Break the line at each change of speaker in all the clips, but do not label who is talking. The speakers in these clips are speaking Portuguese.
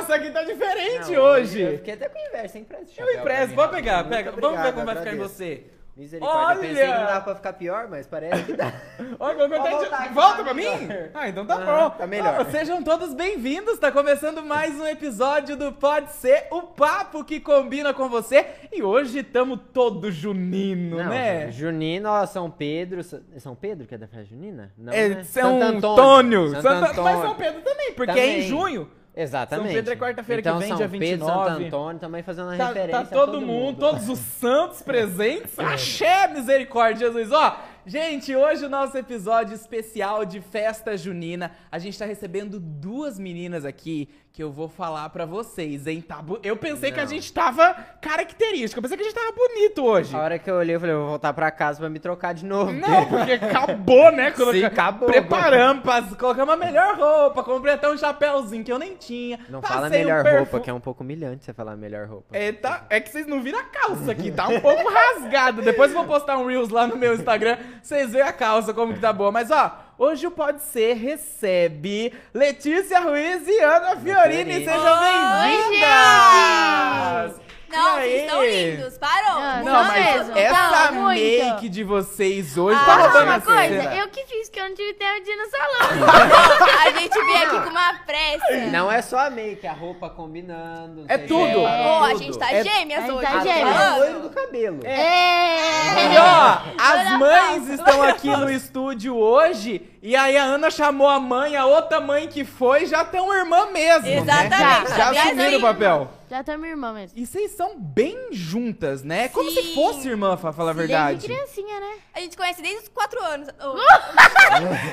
Ah,
Eu
tá hoje.
fiquei até com inveja, sem empresta. esse
Eu
chapéu pra
empresto,
mim,
pode
Rafa.
pegar,
Muito
pega. Vamos
obrigado,
ver como vai ficar em
agradeço.
você.
Misericórdia, eu pensei que não
Olha!
dava pra ficar pior, mas parece que dá.
Olha, meu
Pode
contato-
voltar aqui,
Volta
tá
pra mim?
melhor.
Ah, então tá
Aham,
bom.
tá melhor.
Ah, sejam todos bem-vindos. Tá começando mais um episódio do Pode Ser, o papo que combina com você. E hoje tamo todo junino,
Não,
né?
Junino, ó, São Pedro. Sa- é São Pedro que é da festa junina? Não,
É
né?
São
Santo
Antônio.
Santo
Santo-
Antônio.
Mas São Pedro também, porque é em
Também.
junho.
Exatamente.
São Pedro é quarta-feira que
então,
vem,
São
dia
Pedro, Santo
29.
Antônio, também fazendo uma
Tá,
referência
tá
a É.
todo, mundo, todos os santos presentes. Axé, misericórdia, Jesus. Ó, gente, hoje o nosso episódio especial de festa junina. A gente tá recebendo duas meninas aqui que eu vou falar pra vocês, hein? Tá bu- eu pensei que a
Não.
gente tava característico, eu pensei que a gente tava bonito hoje.
A hora que eu olhei, eu falei, eu vou voltar pra casa pra me trocar de novo.
Não, porque acabou, né?
Sim, acabou.
Preparamos, pra- colocamos a melhor roupa, comprei até um chapéuzinho que eu nem tinha.
Não fala
passei um
melhor
perfu-
roupa, que é um pouco humilhante você falar melhor roupa.
É, tá- é que vocês não viram a calça aqui, tá um pouco rasgada. Depois eu vou postar um Reels lá no meu Instagram, vocês veem a calça, como que tá boa. Mas ó, hoje o Pode Ser recebe Letícia Ruiz e Ana Fiorini.
Fiorini.
Sejam bem-vindas!
Não,
E
vocês
aí?
estão lindos, parou.
Ah,
Não,
Não
mas
mesmo,
essa
tá, muito.
make de vocês hoje
Ah,
tá
fala
roubando a
uma coisa,
cena.
eu que fiz, que eu não tive tempo de ir no salão.
a gente veio aqui com uma pressa.
Não é só a make, é a roupa combinando. não
É
sei o
tudo.
quê.
Ó, a
tudo.
gente tá
É-
gêmeas
A gente
hoje.
tá
tô
Até
gêmeas.
o
falando.
loiro do cabelo.
E
É.
ó, as mães estão aqui no estúdio hoje, e aí a Ana chamou a mãe, a outra mãe que foi, já estão irmã mesmo. né?
Exatamente,
Já
tá vendo aí?
assumiram o papel.
Já tá minha irmã mesmo.
E vocês são bem juntas, né? É Como se
Sim.
fosse irmã, pra falar a É verdade.
Desde criancinha, né?
A gente conhece desde os 4 anos. Ô,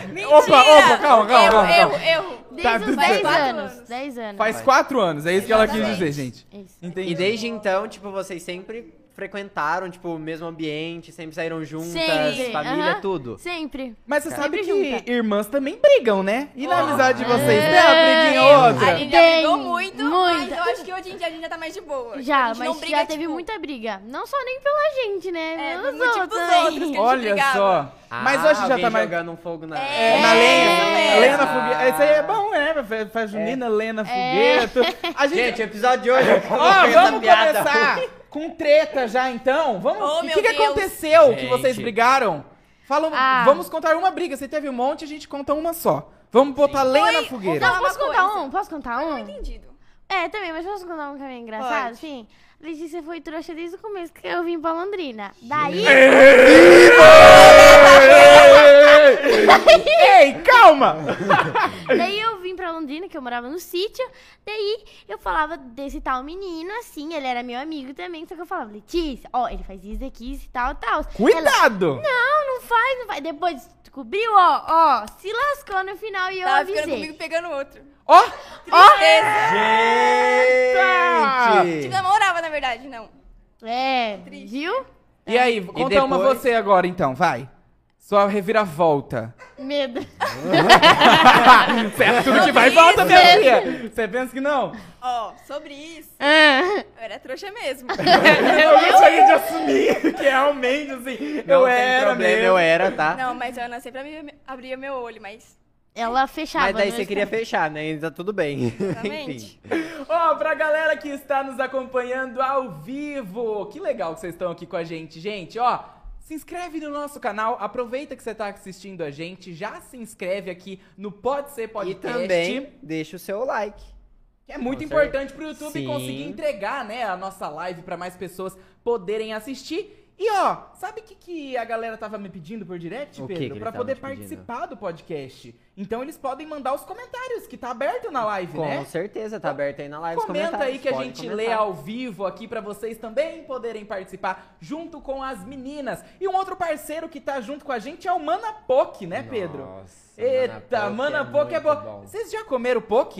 Mentira!
Opa, opa, calma, calma,
erro,
calma,
Erro,
calma.
erro.
Desde
Tá,
os
tudo
10
bem.
anos. 10 anos.
Faz quatro anos, é isso que ela quis
Exatamente.
dizer, gente.
Isso.
Entendi.
E desde então, tipo, vocês sempre frequentaram, tipo, o mesmo ambiente, sempre saíram juntas,
Sempre,
família,
aham.
tudo.
Sempre.
Mas você sabe
Sempre
que
junta.
irmãs também brigam, né? E na
Oh.
amizade de vocês, né? A briguinha
É.
outra.
A gente já brigou
Bem,
muito, mas
muita.
eu acho que hoje em dia a gente já tá mais de boa. a
Já,
gente não
mas
briga,
já teve
tipo,
muita briga. Não só nem pela gente, né?
É,
Pelos
por motivo
outros
dos
também.
outros, né? que a gente
Olha
brigava.
só. Mas
Ah,
hoje já
alguém
tá mais.
jogando um fogo na...
É.
Na lenha,
É.
lenha na
Ah.
fogueira. Isso aí é bom, né? Fe- Faz junina, lenha na fogueira. tudo. A gente...
Gente, o episódio de hoje... eu
Ó,
coloquei essa
vamos
piada.
começar com treta já, então. Vamos...
Oh,
o que,
meu
que
Deus.
aconteceu que
Gente.
vocês brigaram? Fala, um-
Ah.
Vamos contar uma briga. Você teve um monte, a gente conta uma só. Vamos botar lenha na
Oi,
fogueira.
Falar
Não,
uma
posso contar
coisa.
um? Posso contar
Não
um?
entendido.
É, também, mas posso contar um que é engraçado?
Pode.
Sim. Letícia foi trouxa desde o começo que eu vim pra Londrina. Daí.
Ei, calma!
Daí eu vim pra Londrina, que eu morava no sítio. Daí eu falava desse tal menino, assim, ele era meu amigo também. Só que eu falava, Letícia, ó, ele faz isso daqui, isso e tal, tal. Ela,
Cuidado!
não, não faz, não faz. Depois descobriu, ó, ó, se lascou no final e eu
Tava ficando comigo
avisei.
pegando outro.
Ó!
Tristeza. Te
Gente!
namorava, na verdade, não.
É,
Triste.
viu?
E aí, conta uma
depois?
você agora, então, vai. Sua reviravolta.
Medo.
Você acha tudo que vai e volta, minha filha. Você pensa que não?
Ó, sobre isso,
Ah,
eu era trouxa mesmo.
Eu gostaria de assumir que realmente, assim,
Não
eu
tem
era
problema,
mesmo.
eu era, tá?
Não, mas a Ana sempre abria- abria meu olho, mas
Ela fechava.
Mas daí
né?
você queria fechar, né? E Tá tudo bem.
Exatamente.
Enfim.
Ó, pra galera que está nos acompanhando ao vivo, que legal que vocês estão aqui com a gente, gente, ó. Se inscreve no nosso canal, aproveita que você tá assistindo a gente, já se inscreve aqui no Pode Ser
E
Podcast.
também deixa o seu like.
que É muito
Com
importante pro YouTube
Sim.
conseguir entregar, né, a nossa live pra mais pessoas poderem assistir. E ó, sabe o que, que a galera tava me pedindo por direct,
O que que
Pedro?
eles
Pra
tavam
poder
te pedindo?
participar do podcast. Então eles podem mandar os comentários, que tá aberto na live,
Com
né?
certeza, tá aberto aí na live. os
Comenta aí
comentários,
que a
pode
gente
comentar.
lê ao vivo aqui pra vocês também poderem participar junto com as meninas. E um outro parceiro que tá junto com a gente é o Mana Poc, né, Pedro?
Nossa,
Eita, Mana Poc é,
muito
bom. Vocês já comeram Poc?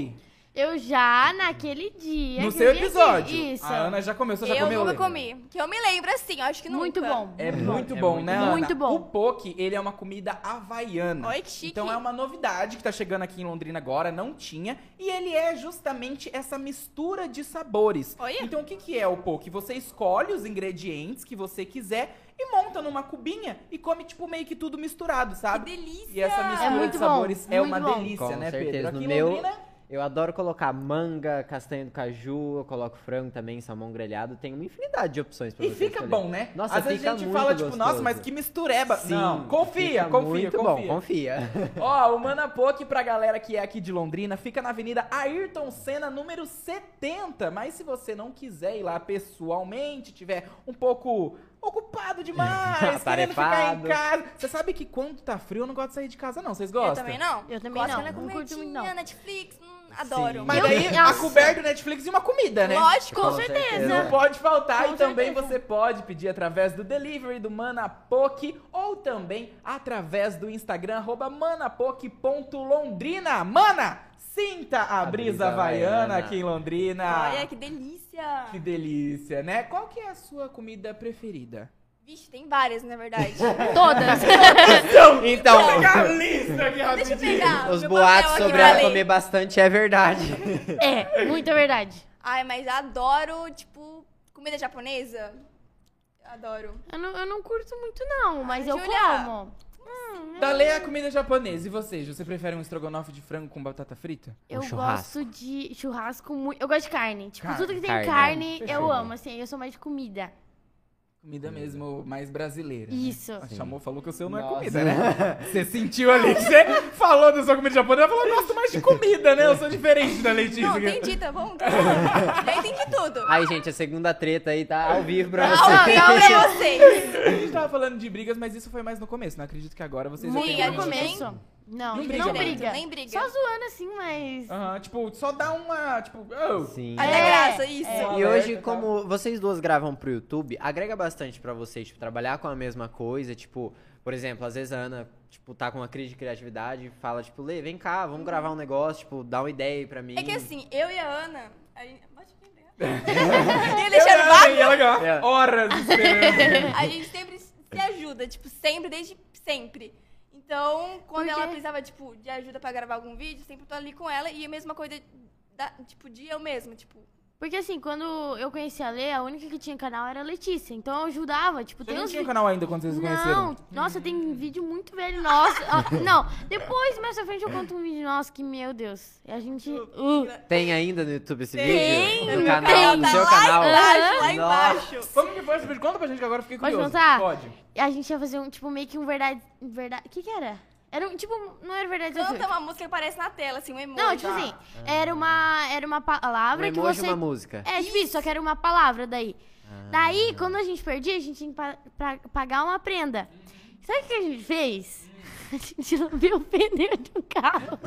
Eu já, naquele dia.
No
que
seu
eu vim aqui-
episódio.
é Isso.
A Ana já começou, já
eu
comeu.
nunca
né?
comi. Que eu me lembro assim, eu acho que nunca.
Muito bom.
É muito
É
bom,
muito
né,
bom.
Ana?
Muito bom.
O poke, ele é uma comida havaiana.
Olha que chique.
Então é uma novidade que tá chegando aqui em Londrina agora, não tinha. E ele é justamente essa mistura de sabores.
Olha.
Então o que, que é o poke? Você escolhe os ingredientes que você quiser e monta numa cubinha e come, tipo, meio que tudo misturado,
Que
sabe?
delícia.
E essa mistura
muito
de
bom,
sabores é
muito
uma
bom.
delícia,
Com
né,
certeza,
Pedro? Aqui
no
em
meu-
Londrina
Eu adoro colocar manga, castanha do caju, eu coloco frango também, salmão grelhado. Tem uma infinidade de opções pra
E
você
fica
escolher.
bom, né?
Nossa,
Às vezes
fica
a gente
muito
fala, tipo,
gostoso.
nossa, mas que mistureba.
Sim,
Não, confia,
fica
confia,
muito
confia.
bom, confia.
Ó, o Manapoc, pra galera que é aqui de Londrina, fica na Avenida Ayrton Senna, número 70. Mas se você não quiser ir lá pessoalmente, tiver um pouco ocupado demais, querendo ficar em
Atarefado.
casa. Você sabe que quando tá frio eu não gosto de sair de casa, não. Vocês gostam?
Eu também não.
Eu também
Gosto daquela
não, não curto muito,
comidinha,
não.
Netflix, hum, adoro.
Sim.
Mas
Eu-
aí, a
Nossa.
coberta do Netflix e uma comida, né?
Lógico.
Com
certeza.
Não pode faltar
Com
e também
certeza.
você pode pedir através do delivery do Manapoc ou também através do Instagram arroba manapoc.londrina. Mana, sinta a,
A
brisa,
brisa
havaiana,
havaiana.
aqui em Londrina.
Olha, que delícia.
Que delícia, né? Qual que é a sua comida preferida?
Vixe, tem várias, na verdade.
Todas.
Então,
a lista aqui
Deixa eu pegar.
os
meu papel
boatos
um aqui
sobre
pra
ela
ler.
comer bastante é verdade.
é, muita verdade.
Ai, mas adoro, tipo, comida japonesa. Adoro.
Eu não, eu não curto muito, não, mas eu
Julia.
Um
como.
Dalê é a comida japonesa. E vocês? Você prefere um estrogonofe de frango com batata frita?
Eu
churrasco.
gosto de churrasco muito. Eu gosto de carne. Tipo,
Carne,
tudo que tem
carne,
carne,
fechou.
eu amo, assim. Eu sou mais de comida.
Comida mesmo mais brasileira. né?
Isso.
Ah,
Sim.
Chamou, falou que o seu não é
Nossa.
comida, né? Você sentiu ali que você falou da sua comida japonesa, ela falou, eu gosto mais de comida, né? Eu sou diferente da Letícia.
Não, entendi, tá bom? Tá bom. Já entendi tudo.
Aí, gente, a segunda treta aí tá ao vivo
Ah,
pra
Não, não,
vocês.
pra vocês.
A gente tava falando de brigas, mas isso foi mais no começo, não acredito que agora vocês já tipo
Muito
tenham
é no
gente,
brigas.
começo. Não,
Nem
não
briga
briga.
muito,
nem briga.
Só zoando assim, mas.
Aham, tipo, só dá uma, tipo, oh,
Sim.
Até
É,
graça, isso.
é.
E
alerta e
hoje,
tal.
como vocês duas gravam pro YouTube, agrega bastante pra vocês, tipo, trabalhar com a mesma coisa, tipo, por exemplo, às vezes a Ana, tipo, tá com uma crise de criatividade e fala, tipo, Lê, vem cá, vamos gravar um negócio, tipo, dá uma ideia aí pra mim.
É que assim, eu e a Ana. A gente... Pode pegar. E eles
Eu
deixaram
amei, ela
É.
ganhou horas esperando.
A gente sempre se ajuda, tipo, sempre, desde sempre. Então, quando
quê?
ela precisava, tipo, de ajuda pra gravar algum vídeo, sempre eu tô ali com ela. E a mesma coisa, da, tipo, de eu mesma, tipo...
Porque assim, quando eu conheci a Lê, a única que tinha canal era a Letícia. Então eu ajudava, tipo,
Você
tem
não
uns
tinha
vídeos.
canal ainda quando vocês se
Não,
conheceram?
nossa, tem vídeo muito velho nosso. Ah, não, depois, mais pra frente, eu conto um vídeo nosso que, meu Deus. E a gente. Uh,
Tem ainda no YouTube esse
Tem,
vídeo? No
meu
canal, no
Deus.
seu
Tá lá
canal.
Embaixo, lá
Nossa.
embaixo.
Como que foi esse vídeo? Conta pra gente que agora eu fiquei
Pode
curioso.
contar?
Pode.
a gente ia fazer um, tipo, meio que um verdade. Verdade. O que que era? Era um, tipo, não era verdade.
Canta uma música que aparece na tela, assim, um emoji.
Não, tipo assim, era uma, era uma
Ah. Um
palavra que
emoji e
você.
uma música. Ah.
É, tipo isso, só que era uma palavra daí. Daí, quando a gente perdia, a gente tinha que pa- pra- pagar uma prenda. Sabe o que a gente fez? A gente lambeu o pneu do carro.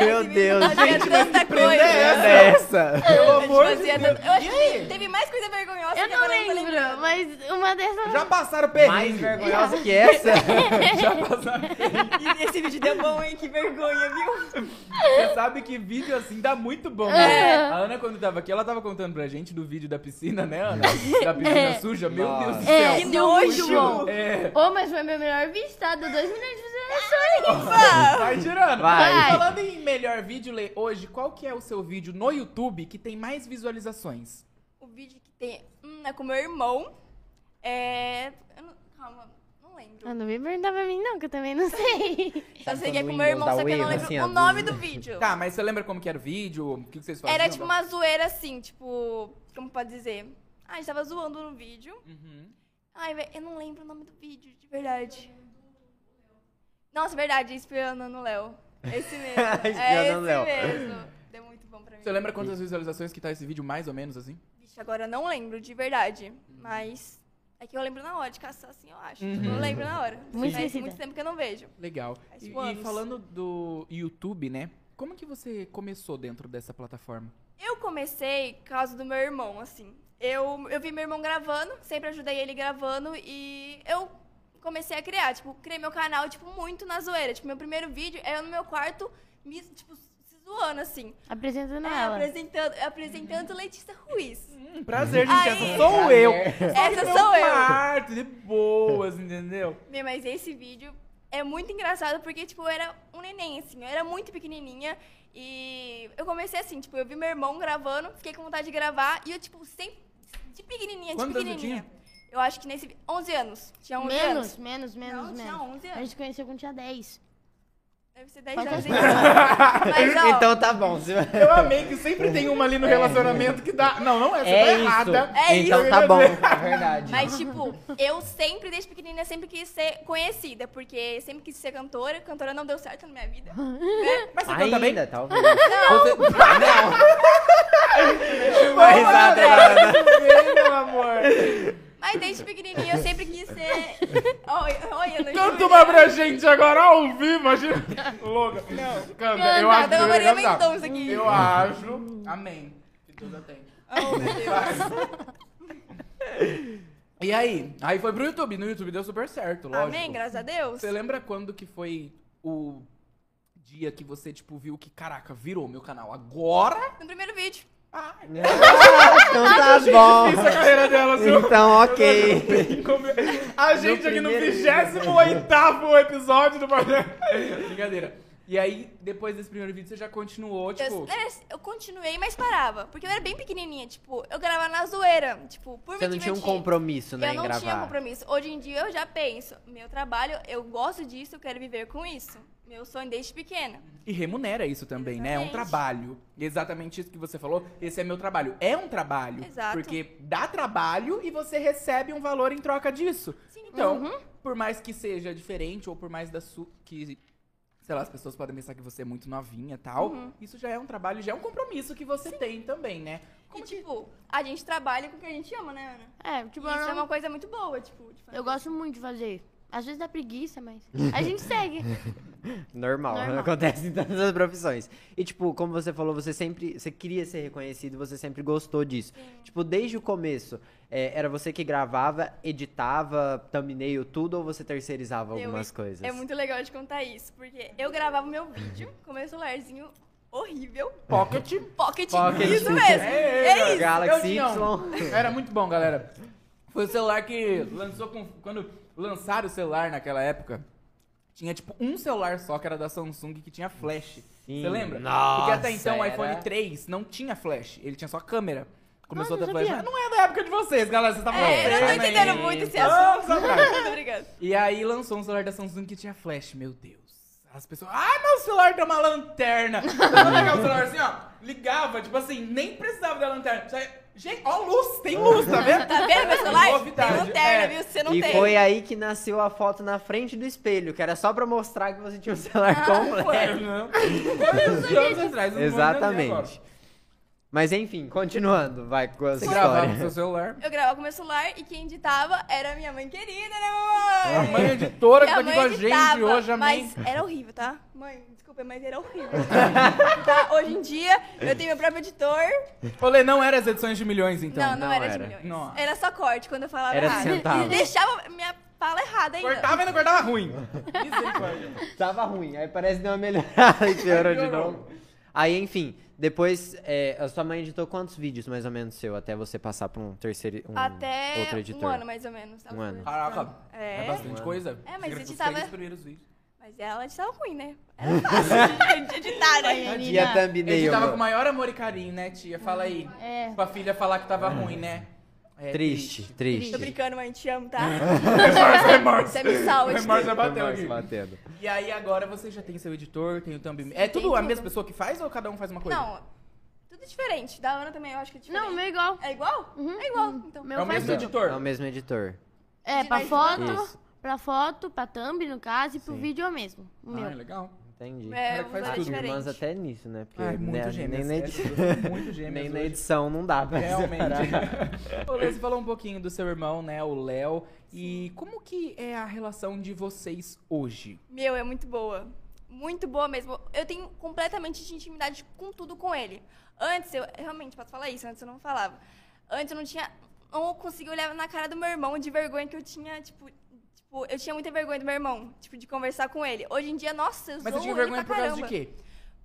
Meu Deus,
A gente fazia tanta coisa.
né? essa?
Pelo
A gente
amor de
fazia
Deus.
tanta- Eu acho que teve mais coisa vergonhosa
Eu
que
não
agora eu tô
lembro,
lembrando.
mas uma dessas.
Já passaram né, perrengue.
Mais vergonhosa que essa?
Já passaram
E esse vídeo deu bom, hein? Que vergonha, viu? É.
Você sabe que vídeo assim dá muito bom, né? A Ana, quando tava aqui, ela tava contando pra gente do vídeo da piscina, né, Ana? Da piscina
É.
suja, meu
Nossa.
Deus do céu.
É,
Que
deu
nojo!
muito bom.
É.
Ô, mas foi meu melhor vídeo, tá? Deu 2 milhões de visualizações.
Vai tirando. E
Vai.
Falando em melhor vídeo, Lê, hoje, qual que é o seu vídeo no YouTube que tem mais visualizações?
O vídeo que tem hum, é com meu irmão. É. eu não- Calma, não lembro.
Ah, não me perguntar pra mim, não, que eu também não sei.
Eu sei que é com
Quando
meu irmão,
Windows
só
dá
que eu não
erro,
lembro
assim, ó,
o nome do vídeo.
Tá, mas você lembra como que era o vídeo? O que, que vocês faziam?
Era tipo uma zoeira assim, tipo. Como pode dizer? Ah, a gente tava zoando no vídeo.
Uhum.
Ai, velho, eu não lembro o nome do vídeo, de verdade. Nossa, verdade, espiando no Léo. Esse mesmo. é esse
Espiando no Léo.
mesmo. Deu muito bom pra mim.
Você lembra quantas visualizações que tá esse vídeo, mais ou menos, assim?
Vixe, agora eu não lembro, de verdade. Mas. É que eu lembro na hora de caçar, assim, eu acho. Tipo, Eu lembro na hora.
Muito
Faz
esquecida.
muito tempo que eu não vejo.
Legal.
Faz
E,
tipo
e
anos.
falando do YouTube, né? Como que você começou dentro dessa plataforma?
Eu comecei por causa do meu irmão, assim. Eu, eu vi meu irmão gravando, sempre ajudei ele gravando e eu comecei a criar, tipo, criei meu canal, tipo, muito na zoeira. Tipo, meu primeiro vídeo é eu no meu quarto, me, tipo, se zoando, assim.
Apresentando
É,
ela.
apresentando, apresentando Letícia Ruiz.
Um prazer, gente.
Aí-
Essa sou eu.
Uhum. Essa
Meu
sou eu.
quarto, de boas, entendeu?
Meu, mas esse vídeo é muito engraçado porque, tipo, eu era um neném, assim, eu era muito pequenininha e eu comecei assim, tipo, eu vi meu irmão gravando, fiquei com vontade de gravar e eu, tipo, sempre, de pequenininha,
Quantos
de
anos você
pequenininha. Eu acho que nesse, vi- 11 anos, tinha 11
Menos,
anos.
menos, menos,
Não, tinha
menos.
11
A
anos.
gente conheceu quando tinha 10.
Deve ser 10
Pode
anos.
ser.
Mas, ó,
Então tá bom. Você... vai-
Eu amei que sempre tem uma ali no relacionamento que dá. Não, não, essa tá
É isso.
errada.
É
então
isso.
tá bom. É verdade.
Mas, tipo, eu sempre, desde pequenininha, sempre quis ser conhecida, porque sempre quis ser cantora. Cantora não deu certo na minha vida. né?
Mas você canta bem?
Ainda, talvez. Não.
Ah,
Não.
Vai,
risada,
Ana. Vem, meu amor.
Mas desde pequenininha eu sempre quis ser. Olha, olha, não
Canta uma pra gente agora ao vivo, imagina. Louca. Não, canta. Eu acho que
Canta, eu Maria
deveria cantar.
Mendonça aqui.
Eu acho. Amém. Que tudo tem.
Oh, meu Deus.
E aí? Aí foi pro YouTube. No YouTube deu super certo, lógico.
Amém, graças a Deus.
Você lembra quando que foi o dia que você, tipo, viu que, caraca, virou meu canal agora?
No primeiro vídeo.
Ah,
Então tá bom.
a carreira dela, assim,
Então, ok.
A gente aqui no
primeiro
28 episódio do programa. Brincadeira. E aí, depois desse primeiro vídeo, você já continuou, tipo.
Eu, né, eu continuei, mas parava. Porque eu era bem pequenininha, tipo, eu gravava na zoeira. Tipo, por
Você
me
não tinha um
divertir.
compromisso, né,
Eu não
em gravar.
tinha compromisso. Hoje em dia eu já penso, meu trabalho, eu gosto disso, eu quero viver com isso. Meu sonho desde pequena.
E remunera isso também, né? É um
Exatamente.
trabalho. Exatamente isso que você falou. Esse é meu trabalho. É um trabalho.
Exato.
Porque dá trabalho e você recebe um valor em troca disso.
Sim, Uhum.
Então, por mais que seja diferente, ou por mais da su que. Sei lá, as pessoas podem pensar que você é muito novinha e tal.
Uhum.
Isso já é um trabalho, já é um compromisso que você tem também, né?
E tipo, a gente trabalha com o que a gente ama, né, Ana?
É, tipo,
E
eu,
isso é
não-
uma coisa muito boa, tipo. de fazer.
eu gosto muito de fazer. Às vezes dá preguiça, mas a gente segue.
Normal,
Normal.
acontece em todas as profissões. E tipo, como você falou, você sempre, você queria ser reconhecido, você sempre gostou disso. Tipo, desde o começo, é, era você que gravava, editava, thumbnail, tudo, ou você terceirizava
Eu-
algumas coisas?
É muito legal de contar isso, porque eu gravava meu vídeo com meu celularzinho horrível.
Pocket.
Pocket,
Pocket.
isso mesmo.
É,
É isso.
Eu
Galaxy
tinha um.
Y.
Era muito bom, galera. Foi o celular que lançou com. Quando lançaram o celular naquela época, tinha tipo um celular só que era da Samsung que tinha flash.
Sim.
Você lembra? Porque
Nossa,
até então o
era.
iPhone 3 não tinha flash, ele tinha só câmera. Começou a
Nossa,
ter
eu
flash.
sabia.
Mas não é da época de vocês, galera. Vocês estavam
É, eu não tô
Exatamente.
entendendo muito esse
Anos
assunto.
atrás.
Muito obrigada.
E aí lançou um celular da Samsung que tinha flash, meu Deus. As pessoas, ai, meu celular tem uma lanterna. Ela pegava o celular assim, ó, ligava, tipo assim, nem precisava da lanterna. Só- Gente, ó, luz, tem luz, tá vendo?
Tá vendo meu celular?
Novidade,
Tem lanterna,
é.
viu? Se Você não
E
tem.
foi aí que nasceu a foto na frente do espelho, que era só pra mostrar que você tinha um celular
Ah,
completo.
Ué, não. Quantos anos atrás? Não vou nem agora.
Exatamente. Mas enfim, continuando, vai com essa
Você gravava
história.
no seu celular.
Eu gravava com meu celular e quem editava era minha mãe querida, né,
É.
mamãe?
A mãe editora que
Minha
tá aqui Ah.
mãe
com a gente
editava,
hoje, amém.
Mas era horrível, tá? Mãe, desculpa, mas era horrível. tá? Hoje em dia, eu tenho meu próprio editor.
Olê, não era as edições de milhões, então.
não, não,
não
era, de
era.
milhões.
Não.
Era só corte quando eu falava
Era
errado.
centavo.
E deixava minha fala errada ainda.
Cortava e não cortava ruim. Misericórdia.
Tava ruim, aí parece que deu uma melhorada e piorou de
Piorou.
novo. Aí, enfim, depois é, a sua mãe editou quantos vídeos mais ou menos seu até você passar pra um terceiro um
Até
outro editor?
um ano, mais ou menos.
Um ano.
Caraca, é,
É.
bastante coisa.
É, mas
Você gravou os
editava-
três primeiros vídeos.
Mas ela editava ruim, né? Era fácil de editar, né?
E a thumbnail?
Ele tava com o maior amor e carinho, né, tia? Fala aí.
É.
Pra filha falar que tava ruim, né? É,
Triste, triste.
Tô brincando, mãe, te amo, tá?
Remorso, remorso.
Você me
Ah,
salva. de
Remorso já bateu
Remorso
aqui.
batendo.
E aí agora você já tem seu editor, tem o thumbnail. É tudo a mesma pessoa que faz ou cada um faz uma coisa?
Não, tudo diferente. Da Ana também eu acho que é diferente.
Não, meu igual.
É igual? É igual, então.
Meu
É o
faz
mesmo
tudo.
editor.
É o mesmo editor.
É, pra
Isso.
foto, pra foto, pra thumb, no caso, e pro vídeo é o mesmo. O
Ah,
meu.
legal.
Entendi.
É,
Ela
eu
faz
vou fazer
As
tudo,
diferente.
irmãs até nisso, né? Porque
Ai, Ah,
né,
é muito
nem,
gêmeas.
na
essas
edi-
pessoas são muito gêmeas.
nem na
hoje.
edição não dá né? pra
Realmente.
separar.
Ô, Lê, Você falou um pouquinho do seu irmão, né, o Léo. E como que é a relação de vocês hoje?
Meu, é muito boa. Muito boa mesmo. Eu tenho completamente de intimidade com tudo com ele. Antes, eu realmente posso falar isso, antes eu não falava. Antes eu não tinha. Não conseguia olhar na cara do meu irmão de vergonha que eu tinha, tipo. Tipo, eu tinha muita vergonha do meu irmão, tipo, de conversar com ele. Hoje em dia, nossa, eu
Mas
zoo
eu tive
ele
vergonha
pra
por causa de
caramba.
quê?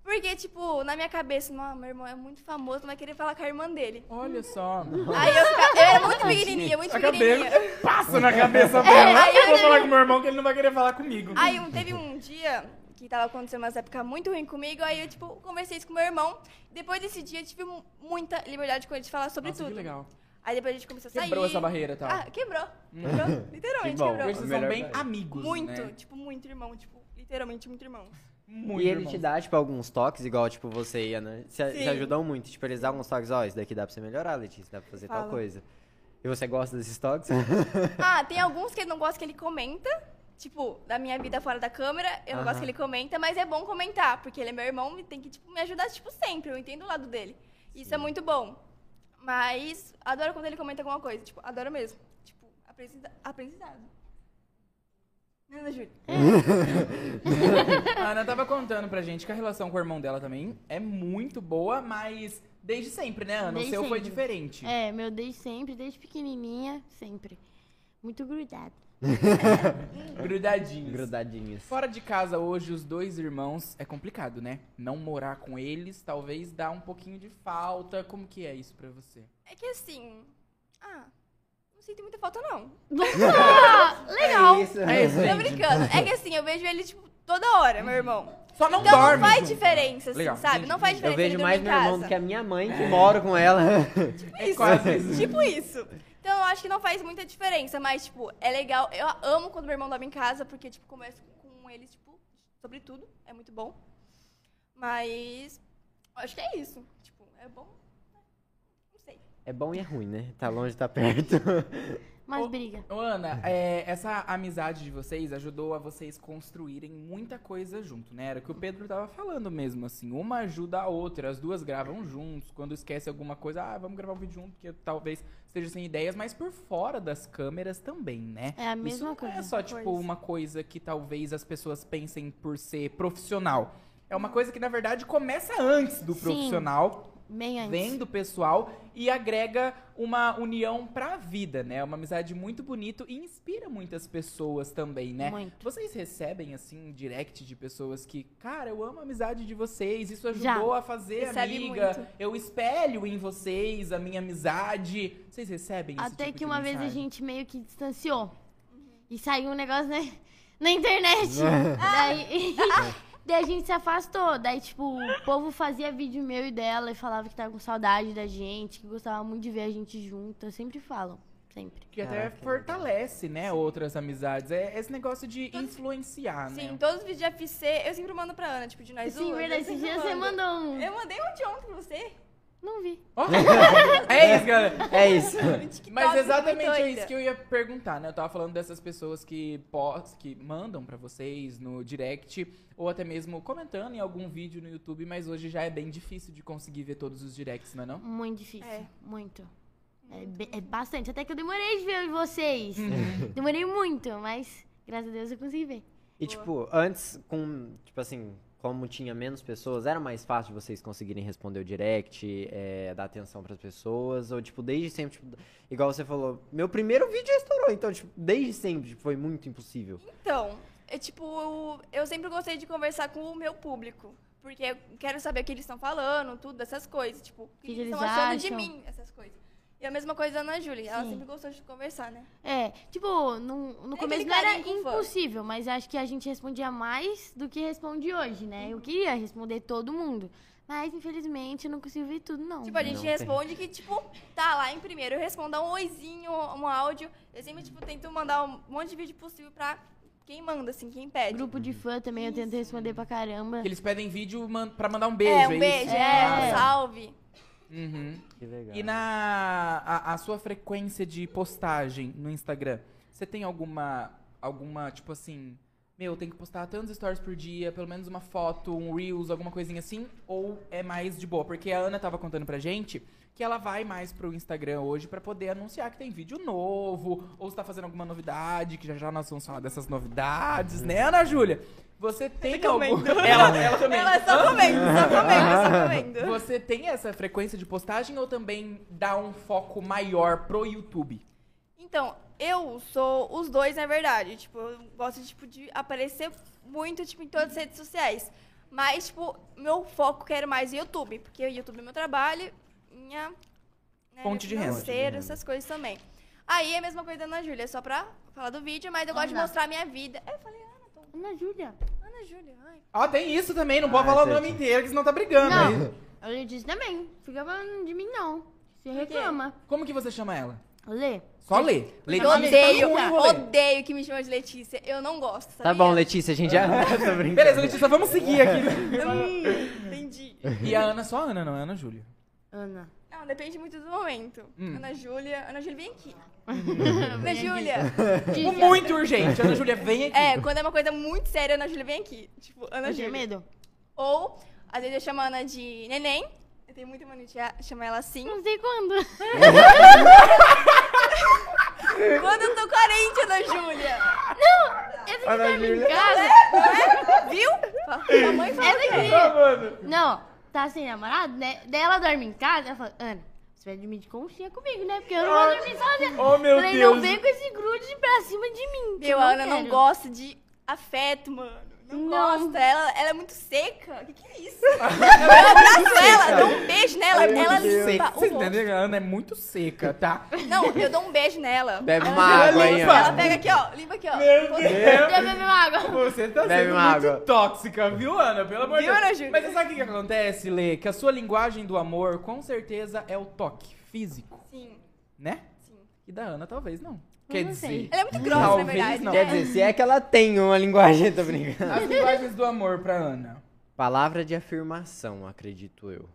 Porque, tipo, na minha cabeça, não, meu irmão é muito famoso, não vai querer falar com a irmã dele.
Olha só.
Aí eu, ficava- eu era muito pequenininha, muito
A cabeça
pequenininha.
passa É um na cabeça dela.
É, aí
eu vou
ele-
falar com meu irmão que ele não vai querer falar comigo.
Aí um- teve um dia que tava acontecendo umas épocas muito ruim comigo, aí eu, tipo, conversei isso com meu irmão. Depois desse dia, eu tive mu- muita liberdade com ele de falar sobre
Nossa,
tudo.
que legal.
Aí depois a gente começou a sair.
Quebrou essa barreira, tá?
Ah, quebrou. Quebrou.
Que
Literalmente
bom.
quebrou.
Hoje vocês são
Melhor
bem
barreira.
amigos,
Muito,
né?
tipo, muito irmão. Tipo, literalmente muito irmão.
Muito
e ele
irmãos.
te dá, tipo, alguns toques, igual, tipo, você ia, né? Se,
Sim.
se ajudam muito. Tipo, eles dão alguns toques, ó, isso daqui dá pra você melhorar, Letícia, dá pra fazer tal
Fala.
coisa. E você gosta desses toques?
Ah, tem alguns que ele não gosta que ele comenta. Tipo, da minha vida fora da câmera, eu não
Aham.
gosto que ele comenta, mas é bom comentar, porque ele é meu irmão e tem que tipo, me ajudar tipo, sempre. Eu entendo o lado dele. Isso é muito bom. Mas adoro quando ele comenta alguma coisa. Tipo, adoro mesmo. Tipo, aprendida- aprendizado. Né, Ana Júlia?
A Ana tava contando pra gente que a relação com o irmão dela também é muito boa, mas desde sempre, né, Ana? o
Desde
seu foi
sempre.
diferente.
É, meu, desde sempre, desde pequenininha, sempre. Muito grudado.
É.
Grudadinhos.
Grudadinhos.
Fora de casa hoje, os dois irmãos, é complicado, né? Não morar com eles, talvez dá um pouquinho de falta. Como que é isso pra você?
É que assim. Ah, não sinto muita falta, não.
Ah, legal.
isso.
É isso,
Tô
gente.
brincando. É que assim, eu vejo ele, tipo, toda hora, meu irmão.
Só não
Então
dorme.
não faz
junto.
diferença, assim,
Legal.
sabe? Não faz
Eu
diferença.
vejo
ele
mais
dormir
meu
em
irmão
casa.
do que a minha mãe, que moro com ela.
É quase isso.
Tipo isso. Então eu acho que não faz muita diferença, mas, tipo, é legal. Eu amo quando meu irmão dorme em casa, porque, tipo, converso com eles, tipo, sobre tudo. É muito bom. Mas. Acho que é isso. Tipo, é bom. né? Não sei.
É bom e é ruim, né? Tá longe, tá perto.
Mas
Ô,
briga.
Ô, Ana, é, essa amizade de vocês ajudou a vocês construírem muita coisa junto, né? Era o que o Pedro tava falando mesmo, assim. Uma ajuda a outra, as duas gravam juntos. Quando esquece alguma coisa, ah, vamos gravar um vídeo junto, porque talvez esteja sem ideias, mas por fora das câmeras também, né?
É a
Isso
mesma
não
coisa.
é só, tipo,
Pois.
uma coisa que talvez as pessoas pensem por ser profissional. É uma coisa que, na verdade, começa antes do
Sim.
profissional
Bem antes.
vem do pessoal e agrega uma união pra vida, né? Uma amizade muito bonita e inspira muitas pessoas também, né?
Muito.
Vocês recebem, assim, direct de pessoas que, cara, eu amo a amizade de vocês, isso
Já.
ajudou a fazer
Recebe
amiga,
muito.
eu espelho em vocês a minha amizade. Vocês recebem esse
Até
tipo
que
de
uma vez a
mensagem?
gente meio que distanciou. E saiu um negócio na, na internet. daí, daí a gente se afastou. Daí, tipo, o povo fazia vídeo meu e dela e falava que tava com saudade da gente, que gostava muito de ver a gente junto. Eu sempre falo. Sempre.
Que até
Caraca,
fortalece, né, outras amizades. É esse negócio de influenciar,
Sim,
né?
todos os vídeos de FC, eu sempre mando pra Ana, tipo, de nós
Sim,
duas, eu
verdade. Esse
sempre
dia você
mando.
mandou um.
Eu mandei um de ontem pra você.
Não vi.
Ó, é isso, galera.
É isso.
no TikTok,
Mas
você
exatamente
comentou
é
ainda.
isso que eu ia perguntar, né? Eu tava falando dessas pessoas que, pos- que mandam pra vocês no direct ou até mesmo comentando em algum vídeo no YouTube, mas hoje já é bem difícil de conseguir ver todos os directs, não é não?
Muito difícil.
É.
Muito. É, be- é bastante. Até que eu demorei de ver vocês. demorei muito, mas graças a Deus eu consegui ver.
E
Boa.
tipo, antes, com, tipo assim, como tinha menos pessoas, era mais fácil vocês conseguirem responder o direct, é, dar atenção pras pessoas, ou tipo, desde sempre, tipo, igual você falou, meu primeiro vídeo já estourou, então, tipo, desde sempre tipo, foi muito impossível.
Então, é tipo, eu- eu sempre gostei de conversar com o meu público. Porque eu quero saber o que eles estão falando, tudo, essas coisas. Tipo, o que,
que
eles
eles
estão achando de
acham?
mim, essas coisas. E a mesma coisa da Ana Júlia. Ela
Sim.
sempre gostou de conversar, né?
É, tipo, no,
Tem
no começo
aquele
não era
carinho com fã.
impossível, mas acho que a gente respondia mais do que responde hoje, né?
Uhum.
Eu queria responder todo mundo, mas infelizmente eu não consigo ver tudo, não.
Tipo, a gente
tem.
responde que, tipo, tá lá em primeiro. Eu respondo um oizinho, um áudio. Eu sempre, tipo, tento mandar um monte de vídeo possível pra quem manda, assim, quem pede.
É, Grupo de fã também eu tento responder pra caramba.
Que eles pedem vídeo man pra mandar um beijo,
é,
é
um
isso? Ah,
beijo,
É.
é, um salve.
Uhum.
Que legal.
E na a, a sua frequência de postagem no Instagram, você tem alguma alguma tipo assim, meu, tem que postar tantos stories por dia, pelo menos uma foto, um reels, alguma coisinha assim, ou é mais de boa? Porque a Ana tava contando pra gente que ela vai mais pro Instagram hoje pra poder anunciar que tem vídeo novo, ou se tá fazendo alguma novidade, que já já nós vamos falar dessas novidades, né, Ana Júlia? Você tem algum...
comenta.
Ela, ela também.
Ela só comendo, só comendo, só comendo.
Você tem essa frequência de postagem ou também dá um foco maior pro YouTube?
Então, eu sou os dois, na verdade. Tipo, eu gosto tipo, de aparecer muito tipo, em todas as redes sociais. Mas, tipo, meu foco quero mais em YouTube, porque o YouTube é meu trabalho, minha né,
Fonte de renda.
financeiro, essas coas coisas também. Aí é a mesma coisa da Ana Júlia, só pra falar do vídeo, mas eu gosto de
Ana.
mostrar a minha vida. É, eu falei, Ana, tô...
Ana Júlia.
Ana Júlia, ai.
Ah, tem isso também, não pode
Ah,
falar o
gente.
nome inteiro, que senão tá brigando.
Não, eu disse também, fica falando de mim não. Você
Por quê?
reclama.
Como que você chama ela?
Lê.
Só lê.
Eu
Letícia
odeio,
tá ruim, vou ler.
odeio que me chamam de Letícia. Eu não gosto, sabia?
Tá bom, Letícia, a gente já. Tô brincando.
Beleza, Letícia, vamos seguir aqui.
Hum, entendi.
E a Ana, só a Ana, não, é a Ana Júlia.
Ana.
Não, depende muito do momento.
Hum.
Ana Júlia. Ana Júlia, vem aqui. Ana Júlia.
Diz,
O Tipo, muito urgente. Ana Júlia, vem aqui.
É, quando é uma coisa muito séria, Ana Júlia, vem aqui. Tipo, Ana
Eu tinha
Júlia.
medo.
Ou, às vezes eu chamo a Ana de neném. Eu tenho muita mania de a- chamar ela assim.
Não sei quando.
Quando eu tô carente, Ana Júlia.
Eu fiquei pra mim tá em
Júlia.
casa.
Viu? Sua mãe fala
Ela
que-
aqui.
mano.
Não, tá sem namorado, né? Daí ela dorme em casa. Ela fala, Ana, você vai dormir de conchinha comigo, né? Porque eu não vou dormir sozinha.
Oh, meu
Falei,
Deus.
não vem com esse grude pra cima de mim. que
Meu,
eu
a Ana não
quero."
gosta de afeto, mano. Não,
Não.
gosta. Ela, ela é muito seca. O que, que é isso? eu abraço ela, dou um beijo nela.
é
Ela
muito seca.
limpa o
Vocês
rosto.
entendem? A Ana é muito seca, tá?
Não, eu dou um beijo nela.
Bebe
Ela
uma
limpa.
água aí,
Ela
Ana.
pega aqui, ó. Limpa aqui, ó.
Meu
Você-
Deus.
Deve beber uma água.
Você tá
Bebe
sendo
uma
muito
água.
tóxica, viu, Ana? Pelo amor de
Viu,
Deus.
Ana Júlia?
Mas você sabe o que, que acontece, Lê? Que a sua linguagem do amor, com certeza, é o toque físico,
Sim,
né?
sim.
E da Ana, talvez não. Quer
não
dizer,
sei.
Ela é muito grossa,
Talvez
na verdade.
não.
Quer
né?
dizer, se é que ela tem uma linguagem, tô brincando.
as linguagens do amor pra Ana.
Palavra de afirmação, acredito eu.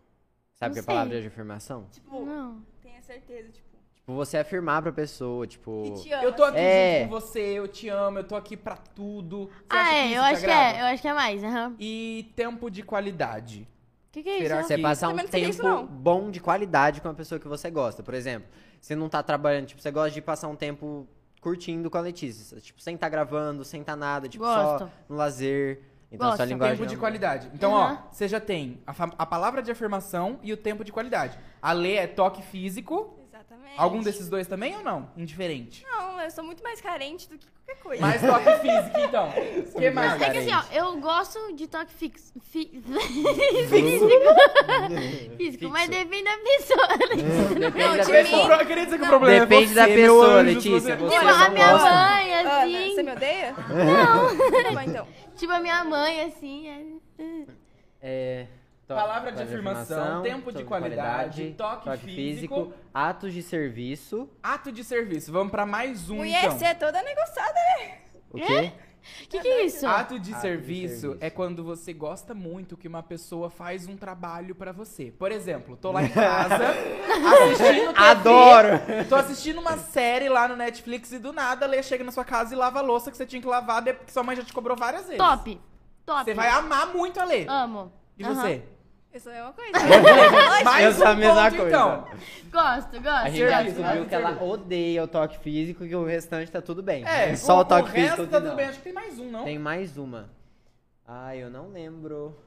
Sabe o
Não
que é
sei.
palavra de afirmação?
Tipo,
Não.
tenha certeza, tipo,
Tipo, você afirmar pra pessoa, tipo.
que te ama.
Eu tô aqui
É.
junto com você, eu te amo, eu tô aqui pra tudo. Você acha
Ah, é,
que
eu
isso tá te
acho que
agrada?
é, eu acho que é mais, aham.
E tempo de qualidade.
O que, que é
Será
isso?
Você
Sim.
passar um
Também não sei
tempo
disso, não.
bom de qualidade com a pessoa que você gosta. Por exemplo, você não tá trabalhando, tipo, você gosta de passar um tempo curtindo com a Letícia. Tipo, sem tá gravando, sem tá nada, tipo, só
Gosto.
no lazer. Então
Gosto.
sua linguagem.
Tempo de
é um-
qualidade. Então,
Aham.
ó, você já tem a, fa- a palavra de afirmação e o tempo de qualidade. A Lê é toque físico.
Exatamente.
Algum desses dois também ou não? Indiferente.
Não, eu sou muito mais carente do que qualquer coisa. Tipo,
Mais toque físico, então. O que mais?
É que assim, ó,
Carente.
eu gosto de toque fix, fi- físico, mas
Fixo.
depende da pessoa. né?
É.
Não,
Depende da
de
Esse
pessoa.
pro- eu queria dizer que o problema é
Depende
você,
da
meu
pessoa,
anjo, se
Letícia, você-
Tipo,
Vocês
a
não
minha
gostam?
mãe,
Ana,
assim.
Ah, né? você me odeia? Não. Tá bom, então.
Tipo, a minha mãe, assim. é-
É, to-
Palavra de afirmação, tempo de qualidade, toque físico,
atos de serviço.
Ato de serviço. Vamos pra mais um,
Mulher,
então.
você é toda negociada, né?
O quê?
O que, que é isso?
Ato de
Ato de
serviço
serviço.
é quando você gosta muito que uma pessoa faz um trabalho pra você. Por exemplo, tô lá em casa assistindo TV,
Adoro!
Tô assistindo uma série lá no Netflix e do nada a Lê chega na sua casa e lava a louça que você tinha que lavar de- porque sua mãe já te cobrou várias vezes.
Top. Top.
Você vai amar muito a Lê.
Amo.
E
Aham.
você?
Eu sou a mesma é coisa.
Eu
Mais
sou é a
um
mesma
ponto,
coisa.
então.
Gosto, gosto.
A gente
Serviço,
já
gosto,
descobriu
ato
que
de
ela
serviço.
odeia o toque físico e o restante tá tudo bem.
É,
só o, toque
resto
físico.
tá
que
tudo
não.
bem. Acho que tem mais um, não?
Tem mais uma. Ah, eu não lembro.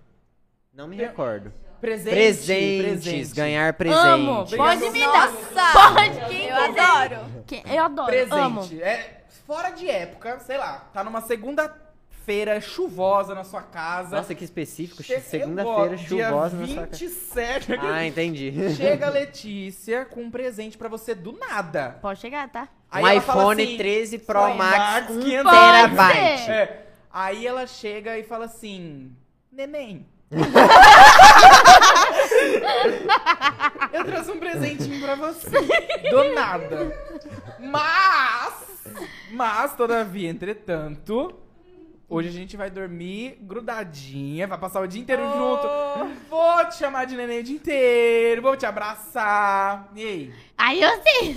Não me
Tem-
recordo.
Presente.
Presentes,
presente.
ganhar um presente.
Amo. Pode me dar.
Nossa!
Pode, quem
Eu
quiser.
adoro.
Que- Eu adoro.
Presente.
Amo.
É fora de época, sei lá. Tá numa segunda-feira chuvosa na sua casa.
Nossa, que específico.
Chega-
Segunda-feira
eu vou- dia
chuvosa na sua casa.
27.
Ah, entendi.
Chega a Letícia com um presente pra você do nada.
Pode chegar, tá?
Um
ela fala
iPhone
assim,
13 Pro
Pro
Max,
Max,
1
500.
terabyte.
Pode
É. Aí ela chega e fala assim: Neném. Eu trouxe um presentinho pra você. Do nada. Mas, mas, todavia, entretanto, hoje a gente vai dormir grudadinha, vai passar o dia inteiro
Oh.
junto. Vou te chamar de neném o dia inteiro, vou te abraçar. E aí?
Aí eu sei.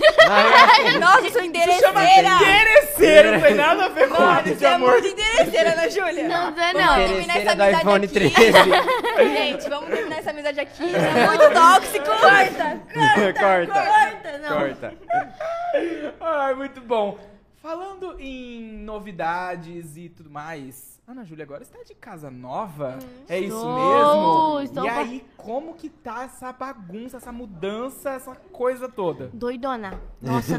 Nossa, eu sou
Se chama
Tá.
interesseira.
interesseiro, não tem nada a ver com área de
Você é
amor.
muito interesseira, Ana né, Júlia.
Não, não,
Vamos
não.
terminar
Interesseira
essa
do iPhone
amizade
13.
aqui. Gente, vamos terminar essa amizade aqui. É muito tóxico. Corta.
tá, Corta.
Corta, não.
Corta.
Ai, muito bom. Falando em novidades e tudo mais, Ana Júlia agora está de casa nova? é isso
Estou,
mesmo?
Hum. estou
e
pa-
aí, como que tá essa bagunça, essa mudança, essa coisa toda?
Doidona. Nossa,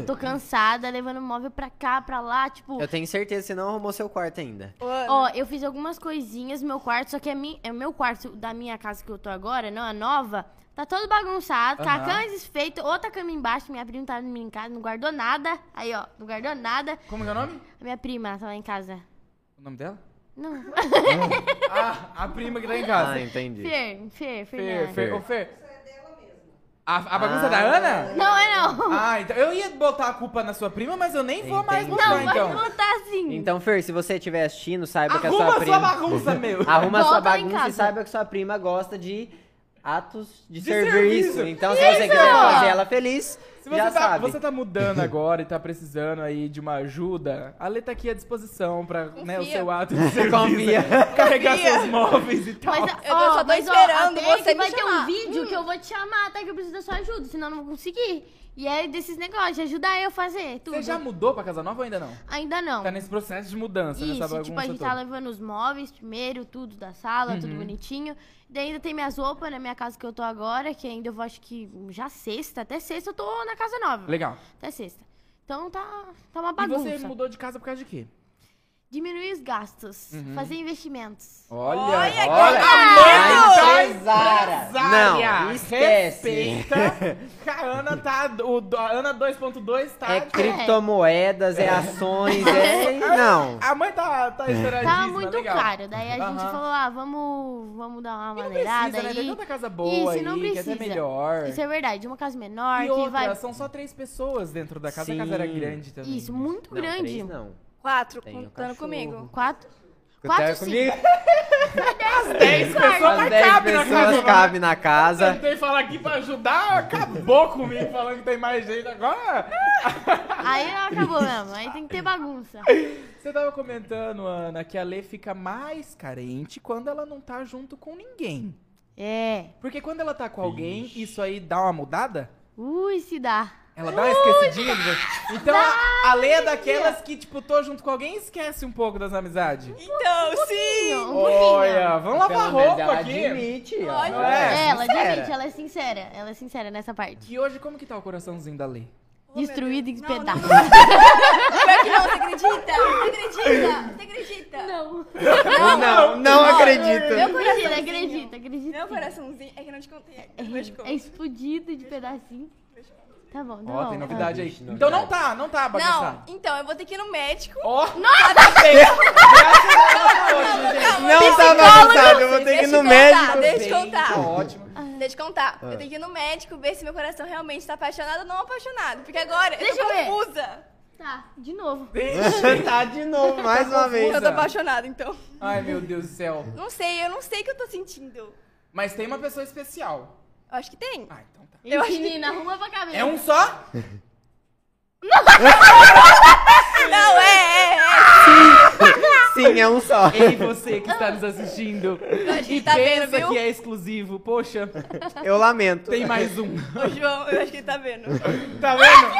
tô cansada, levando móvel pra cá, pra lá, tipo...
Eu tenho certeza que você não arrumou seu quarto ainda.
Ó, eu fiz algumas coisinhas no meu quarto, só que é, mi- é o meu quarto da minha casa que eu tô agora, não a nova. Tá todo bagunçado, tá a
Aham.
cama desfeita, outra cama embaixo, minha prima tava em casa, não guardou nada. Aí, ó, não guardou nada.
Como que é o nome?
A minha prima tava em casa.
O nome dela?
Não,
Ah, a prima que tá em casa.
Ah, entendi.
Fer, Fer, Fer.
Fer, Fer, ô Fer. A, a bagunça
Ah.
da Ana?
Não é não.
Ah, então eu ia botar a culpa na sua prima, mas eu nem vou mais
Entendi.
botar,
não,
então.
pode botar assim.
Então, Fer, se você estiver assistindo, saiba que a
Arruma
sua
a sua
prima.
bagunça, meu.
Arruma a sua
Volta lá em
bagunça e
casa.
saiba que sua prima gosta de atos de,
De
serviço.
serviço.
Então, se você quiser fazer ela feliz,
Se você,
já
tá,
sabe.
você tá mudando agora e tá precisando aí de uma ajuda, a Lê tá aqui à disposição pra né, o
Confia.
seu ato de serviço.
Confia.
Carregar
Confia.
seus móveis e tal.
Mas, é
Eu-
ó,
eu só tô
mas, ó,
esperando
até
você
que
me
vai ter um
chamar.
vídeo
Hum.
que eu vou te chamar, tá? Que eu preciso da sua ajuda, senão eu não vou conseguir. E é desses negócios, de ajudar eu a fazer tudo.
Você já mudou pra Casa Nova ou ainda não?
Ainda não.
Tá nesse processo de mudança, nessa
Isso,
bagunça
tipo, a gente
toda. Uhum.
tá levando os móveis primeiro, tudo da sala, tudo bonitinho. Daí ainda tem minhas roupas na minha casa que eu tô agora, que ainda eu vou, acho que já sexta, até sexta eu tô na casa nova.
Legal.
Até sexta. Então tá, tá uma bagunça.
E você mudou de casa por causa de quê?
Diminuir os gastos,
Uhum.
fazer investimentos.
Olha,
Olha que
olha.
a
A
Amanda
empresária.
empresária.
Não, esquece. É
Respeita. que A Ana tá... O, a Ana 2.2 tá...
É criptomoedas, é ações, é. Não.
A mãe tá,
É.
tá estouradíssima,
Tava muito
legal.
caro. Daí a gente
Aham.
falou, ah, vamos, vamos dar uma
E não precisa,
maneirada
né? Tem
aí.
tanta casa boa
Isso, não
aí, que é até
precisa.
melhor.
Isso é verdade, uma casa menor,
E
que
outra,
vai.
são só três pessoas dentro da casa. A
Sim.
casa era grande também.
Isso, É muito
Não,
grande.
três não.
Quatro,
Tem o
contando
cachorro.
comigo.
Quatro.
Até
Quatro,
comigo.
cinco.
Dez pessoas
As
mas
10
cabe na casa. né?
pessoas cabem na
Eu
casa.
Tentei falar aqui pra ajudar, acabou comigo falando que tem mais gente agora.
Aí acabou mesmo, aí tem que ter bagunça.
Você tava comentando, Ana, que a Lê fica mais carente quando ela não tá junto com ninguém.
É.
Porque quando ela tá com alguém, isso aí dá uma mudada?
Ui, se dá.
Ela dá uma esquecidinha. de você? Então a, a Lê é daquelas que, tipo, tô junto com alguém e esquece um pouco das amizades.
Então, sim!
Um pouquinho.
Olha, vamos lavar
Pelo menos
roupa
ela
aqui.
admite, ó.
Olha.
É,
Ela,
sincera.
gente, ela é sincera. Ela é sincera nessa parte.
Que hoje, como que tá o coraçãozinho da Lê?
Oh, meu
Destruído
Deus.
em
Não, não,
pedaços.
não, não. Pior que não, você acredita? Você acredita? Você acredita?
Não. é
Não, não acredito.
Meu
Mentira,
coraçãozinho.
acredita, acredita.
Meu
sim.
coraçãozinho. É que eu não te contei. Depois te conto.
É explodido de pedacinho. Tá bom, tá
Ó,
bom.
tem novidade aí.
Vixe,
Então
novidade.
não tá, não tá
Não,
bagunçado.
então, eu vou ter que ir no médico.
Ó, nada bem. Graças a Deus, gente.
Não tá bagunçado, eu vou ter que ir no
Deixa eu te
médico.
contar, deixa eu te
Tá bem,
contar.
Tá ótimo.
Deixa eu te contar.
Ah.
Eu tenho que ir no médico ver se meu coração realmente tá apaixonado ou não apaixonado. Porque agora eu
Deixa eu
tô
ver.
confusa.
Tá, de novo.
tá de novo, mais uma vez.
Eu tô
Confusa.
apaixonada, então.
Ai, meu Deus do céu.
Não sei, eu não sei o que eu tô sentindo. Eu
Mas tem uma pessoa especial.
acho que tem.
Ah, então tá.
Eu acho que-
Menina, arruma pra cabeça.
É um só?
Ah.
Não, é, é, é.
Sim, é um só.
Ei, você que está nos assistindo.
acho que
E
tá
pensa
vendo, viu?
que é exclusivo. Poxa,
Eu lamento.
tem mais um.
Ô, João, eu acho que ele tá vendo.
Tá vendo?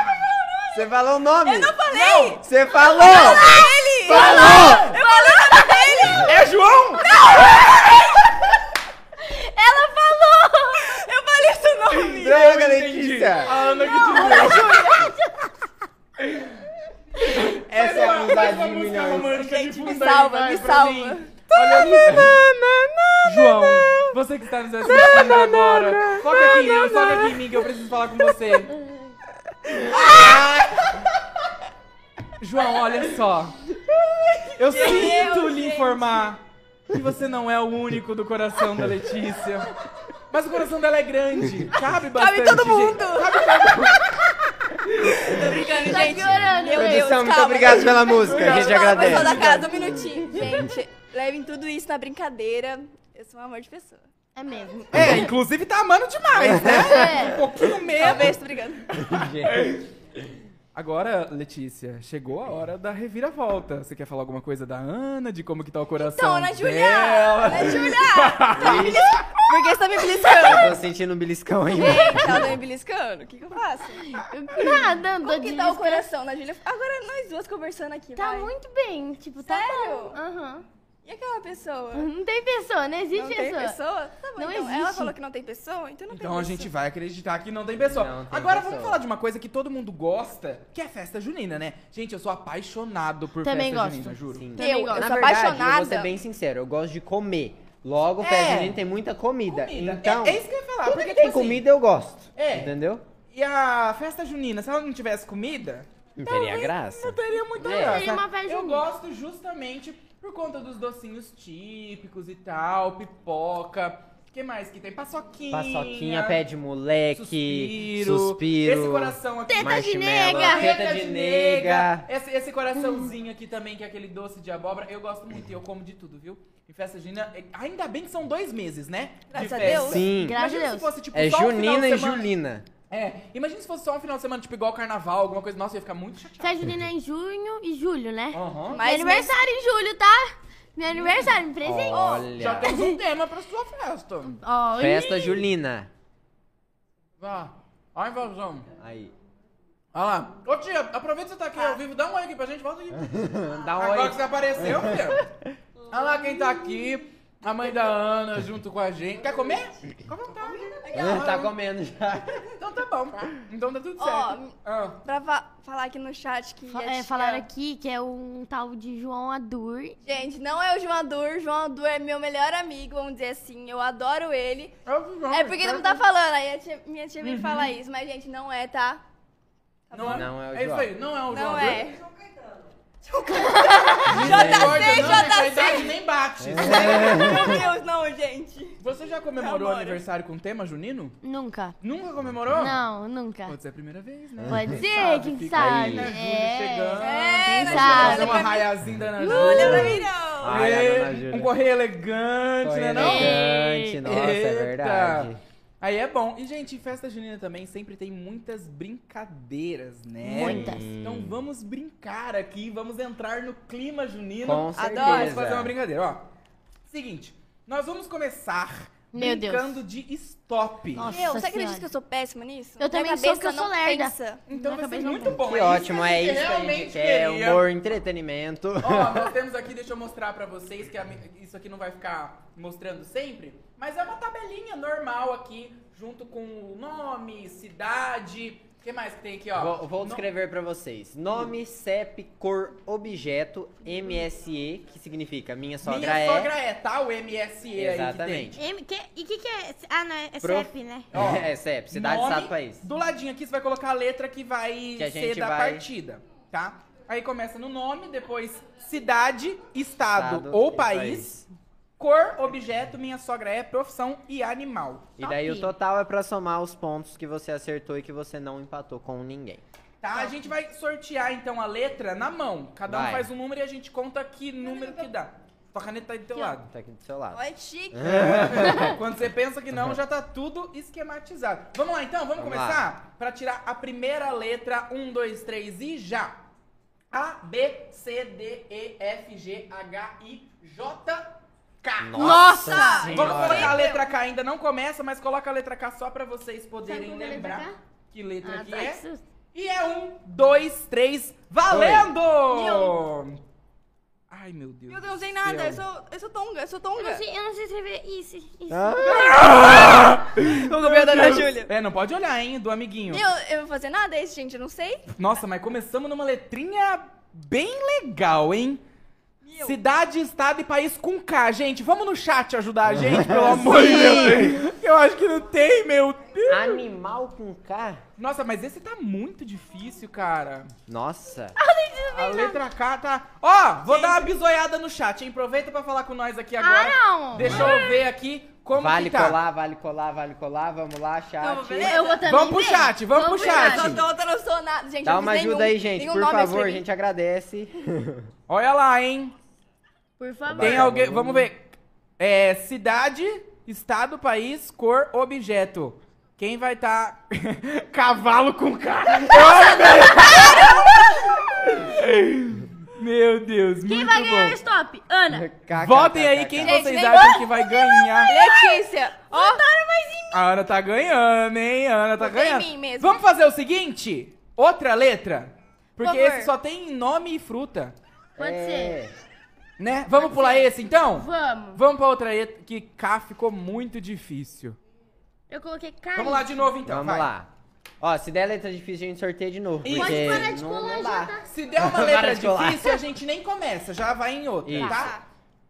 Você falou o nome?
Eu não falei!
Você falou!
Ele!
Falou!
Eu falei o nome dele!
É João?
Ela falou!
Eu falei seu nome!
Droga,
Eu entendi.
Letícia!
A Ana que te deu.
Essa é a
Faz
amizade
uma
de
música
milhões.
romântica de
Gente, me
fundo aí,
salva,
vai,
me
pra
salva.
mim. Olha aqui. João, você que está nos assistindo agora, foca aqui em mim, foca aqui em mim que eu preciso falar com você. João, olha só. Eu sinto lhe
gente.
informar que você não é o único do coração da Letícia. Mas o coração dela é grande, cabe bastante.
Cabe todo
gente.
mundo! Tô brincando,
Tá
gente.
piorando.
Meu Deus,
Produção, muito
calma.
obrigado pela música. A gente
Calma, pessoal
agradece.
da casa, um minutinho. Gente, levem tudo isso na brincadeira. Eu sou um amor de pessoa.
É mesmo.
É, inclusive tá amando demais, né? Um
É.
pouquinho mesmo.
Talvez, Tá tô brincando.
Agora, Letícia, chegou a hora da reviravolta. Você quer falar alguma coisa da Ana, de como que tá o coração
Então, Ana Julia!
dela?
Ana Julia! Tá me beliscando. Por que você tá me beliscando?
Eu tô sentindo um beliscão ainda.
Gente, ela tá me beliscando. O que, que eu faço?
Nada, andou
Como
de
que tá o
desgraça.
coração da Júlia? Agora nós duas conversando aqui,
Tá
vai.
muito bem, tipo, tá
Sério?
bom. Aham.
E aquela pessoa?
Não tem pessoa, não existe
Não
pessoa.
tem pessoa? Tá bom,
Não
então. Ela
existe.
falou que não tem pessoa, então não tem
Então a
pessoa.
gente vai acreditar que não tem pessoa.
Não tem
Agora
pessoa.
vamos falar de uma coisa que todo mundo gosta, que é festa junina, né? Gente, eu sou apaixonado por
Também
festa
gosto.
junina, juro.
Sim.
Também
Eu, eu
gosto.
Na
sou
verdade, eu vou
apaixonada.
ser bem sincero, eu gosto de comer. Logo,
É.
festa junina tem muita comida.
Comida.
Então,
é, é isso que eu ia falar.
tudo
porque
que tem
tipo assim,
comida eu gosto.
É.
Entendeu?
E a festa junina, se ela não tivesse comida,
Não teria graça.
não teria muita
É.
graça.
Seria uma festa
eu
junina.
gosto justamente por conta dos docinhos típicos e tal, pipoca. que que mais que tem? Paçoquinha.
Paçoquinha, pé de moleque,
Suspiro.
suspiro.
Esse coração aqui.
Teta de
marshmallow,
nega.
Teta de nega.
Esse, esse coraçãozinho aqui também, que é aquele doce de abóbora. Eu gosto muito e eu como de tudo, viu? Em festa junina, é- ainda bem que são dois meses, né?
Graças
de
a
festa.
Deus.
Sim.
Graças a
Imagina se
Deus.
fosse, tipo,
É
só um final
Junina
de
e
semana.
Julina.
É, imagina se fosse só um final de semana, tipo igual carnaval, alguma coisa. Nossa, eu ia ficar muito chateado.
Festa junina é em junho e julho, né?
Aham.
Meu aniversário em julho, tá? Meu aniversário, me presente.
Já
Olha.
temos um tema pra sua festa.
Ó,
Festa Julina.
Vá. Ó a invasão.
Aí.
Olha lá. Ô tia, aproveita que você tá aqui ao vivo, dá um oi aqui pra gente, volta aqui.
Dá um
Agora que
oi.
você apareceu, filho. Olha lá quem tá aqui. A mãe da Ana junto com a gente. Quer comer? Fica à vontade.
Ah, Tá comendo já.
Então tá bom. Então tá tudo
Ó,
certo. Ah,
Pra fa- falar aqui no chat que.
Fa-
a
é,
tia-
falaram aqui que é um tal de João Adur.
Gente, não é o João Adur. João Adur é meu melhor amigo, vamos dizer assim. Eu adoro ele.
eu
Ah,
vou-
É porque ele não
então
tá falando, aí a tia- minha tia
Uhum.
me fala isso, mas gente, não é, tá?
Não é,
Não é o
é isso
João.
aí, não é o João.
Não
viu?
é.
Misericórdia,
JC,
não, gente, a
JC.
idade nem bate.
Meu Deus, não, gente.
Você já comemorou
Namoro.
aniversário com tema junino?
Nunca.
Nunca comemorou?
Não, nunca.
Pode ser a primeira vez, né?
Pode ser, quem
fica
sabe?
Aí, né? Júlio
É.
chegando.
É,
Quem
nós
sabe?
Fazer
vamos
uma
pra mim.
raiazinha da Ana
Não olha pra
Júlia.
mim,
Ai,
não.
a Ana
Ei,
Júlia.
Um correio elegante, né não?
elegante.
Elegante, nossa, é
Eita.
verdade.
Aí é bom. E, gente, em festa junina também sempre tem muitas brincadeiras, né?
É
Muitas.
Então vamos brincar aqui, vamos entrar no clima junino.
Com
certeza.
Vamos fazer uma brincadeira, ó. Seguinte, nós vamos começar
Meu Deus.
brincando de stop.
Nossa
Meu, você acredita
Senhora.
que eu sou péssima nisso?
Eu também sou,
cabeça
que eu sou
não
lerda.
pensa.
Então vai ser
Acabei de
muito bom.
Que
é isso
ótimo, é isso que a gente
realmente
quer. É um
queria.
Humor, entretenimento.
Ó, nós temos aqui, deixa eu mostrar pra vocês, que a mi- isso aqui não vai ficar mostrando sempre, mas é uma tabelinha normal aqui, junto com o nome, cidade, o que mais que tem aqui, ó?
Vou, vou
No-
descrever pra vocês. Nome, CEP, cor, objeto, MSE, que significa minha sogra
Minha
é.
sogra é, tá? O MSE aí que
Exatamente.
M- que- e o que, que é. Ah, não, é
Pro-
CEP, né?
Ó,
é, CEP,
tem.
cidade,
Nome,
estado, país.
Do ladinho aqui você vai colocar a letra que vai
Que a
ser
gente
da
vai-
partida, tá? Aí começa no nome, depois cidade, estado,
Estado
ou
e
país, cor, objeto, minha sogra é, profissão e animal.
E daí o
Top.
total é pra somar os pontos que você acertou e que você não empatou com ninguém.
Tá, a gente vai sortear então a letra na mão. Cada um
Vai.
faz um número e a gente conta que número que dá. Tua caneta tá aí do teu lado.
Tá aqui do seu lado.
Olha, chique.
É? Quando você pensa que não, já tá tudo esquematizado. Vamos lá então, vamos,
Vamos
começar? Pra tirar a primeira letra, um, dois, três e já. A, B, C, D, E, F, G, H, I, J, K.
Nossa!
Vamos colocar a
senhora.
letra K, ainda não começa, mas coloca a letra K só pra vocês poderem
como é a letra
lembrar
K?
que letra
Ah,
que
tá,
é.
que susto.
E é um, dois, três, valendo! um. Ai, meu Deus.
Meu Deus, não
do
tem nada. é Eu
céu.
sou, eu sou tonga, eu sou
Eu
tonga.
não sei, eu não sei escrever isso. isso.
Ah.
O governo da Ana Júlia.
É, não pode olhar, hein, do amiguinho.
Eu, eu vou fazer nada esse, gente, eu não sei.
Nossa, mas começamos numa letrinha bem legal, hein?
Meu.
Cidade, estado e país com K, gente. Vamos no chat ajudar a gente, pelo amor de Deus. Eu acho que não tem, meu Deus.
Animal com K?
Nossa, mas esse tá muito difícil, cara.
Nossa.
A letra K tá. Ó, vou dar uma bisoiada no chat, hein? Aproveita pra falar com nós aqui
Ah,
agora.
Ah, não.
Deixa eu ver aqui como
vale
que tá.
colar, vale colar, vale colar. Vamos lá,
Não,
chat.
beleza.
Eu vou também
Vamos pro
ver.
chat, vamos pro chat.
Eu sou tonta, eu não sou nada. Gente, eu
Dá
não
uma
fiz
ajuda
nenhum-
aí, gente,
nenhum
por
nome é eu
favor. A
assim.
escrevi.
gente agradece.
Olha lá, hein?
Por favor.
Tem
Vai,
alguém.
vamos.
Vamos ver. É. Cidade, estado, país, cor, objeto. Quem vai tá. Cavalo com cara. Meu Deus,
Quem
muito
vai ganhar o
bom.
stop? Ana.
K,
Votem
K,
aí
K,
quem
K.
Gente,
vocês
vem-
acham que vai ganhar.
Letícia, ó,
A Ana tá ganhando, hein? A Ana tá
Votei em
ganhando.
mim mesmo.
Vamos fazer o seguinte? Outra letra? Porque
Por favor.
esse só tem nome e fruta,
Pode
É.
ser.
né? Vamos pular esse então?
Vamos.
Vamos pra outra letra que K ficou muito difícil.
Eu coloquei K.
Vamos lá de novo então,
Vamos
vai.
lá. Ó, se der letra difícil, a gente sorteia de novo.
Isso.
porque
Pode parar de
É, não-
colar
não
já,
dá.
tá?
Se der uma
Para
letra
de colar.
difícil, a gente nem começa, já vai em outra,
Isso.
tá?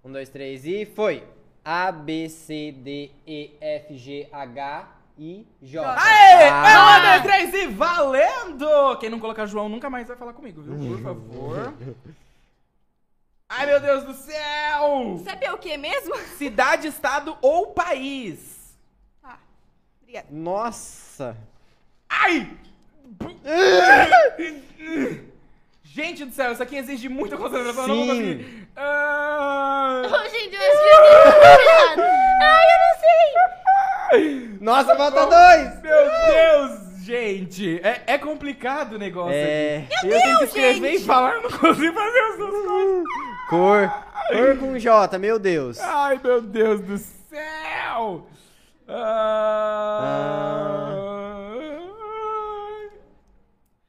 Um, dois, três e foi. A, B, C, D, E, F, G, H, I, J.
Aê!
Ah,
É um, dois, três e valendo! Quem não colocar João nunca mais vai falar comigo, viu? Por favor. Ai, meu Deus do céu!
sabe o que mesmo?
Cidade, estado ou país?
Obrigada.
Nossa!
Ai! Gente do céu, isso aqui exige muita concentração, eu não vou
Sim.
conseguir. Ah,
Gente, eu esqueci de Ai, eu não sei.
Nossa, falta dois!
meu Deus, gente! É, é complicado o negócio
É.
aqui. eu tenho que
Deus,
escrever
gente!
e falar, eu não consigo fazer as duas coisas.
Cor. Cor com J, meu Deus.
Ai, meu Deus do céu! Ah.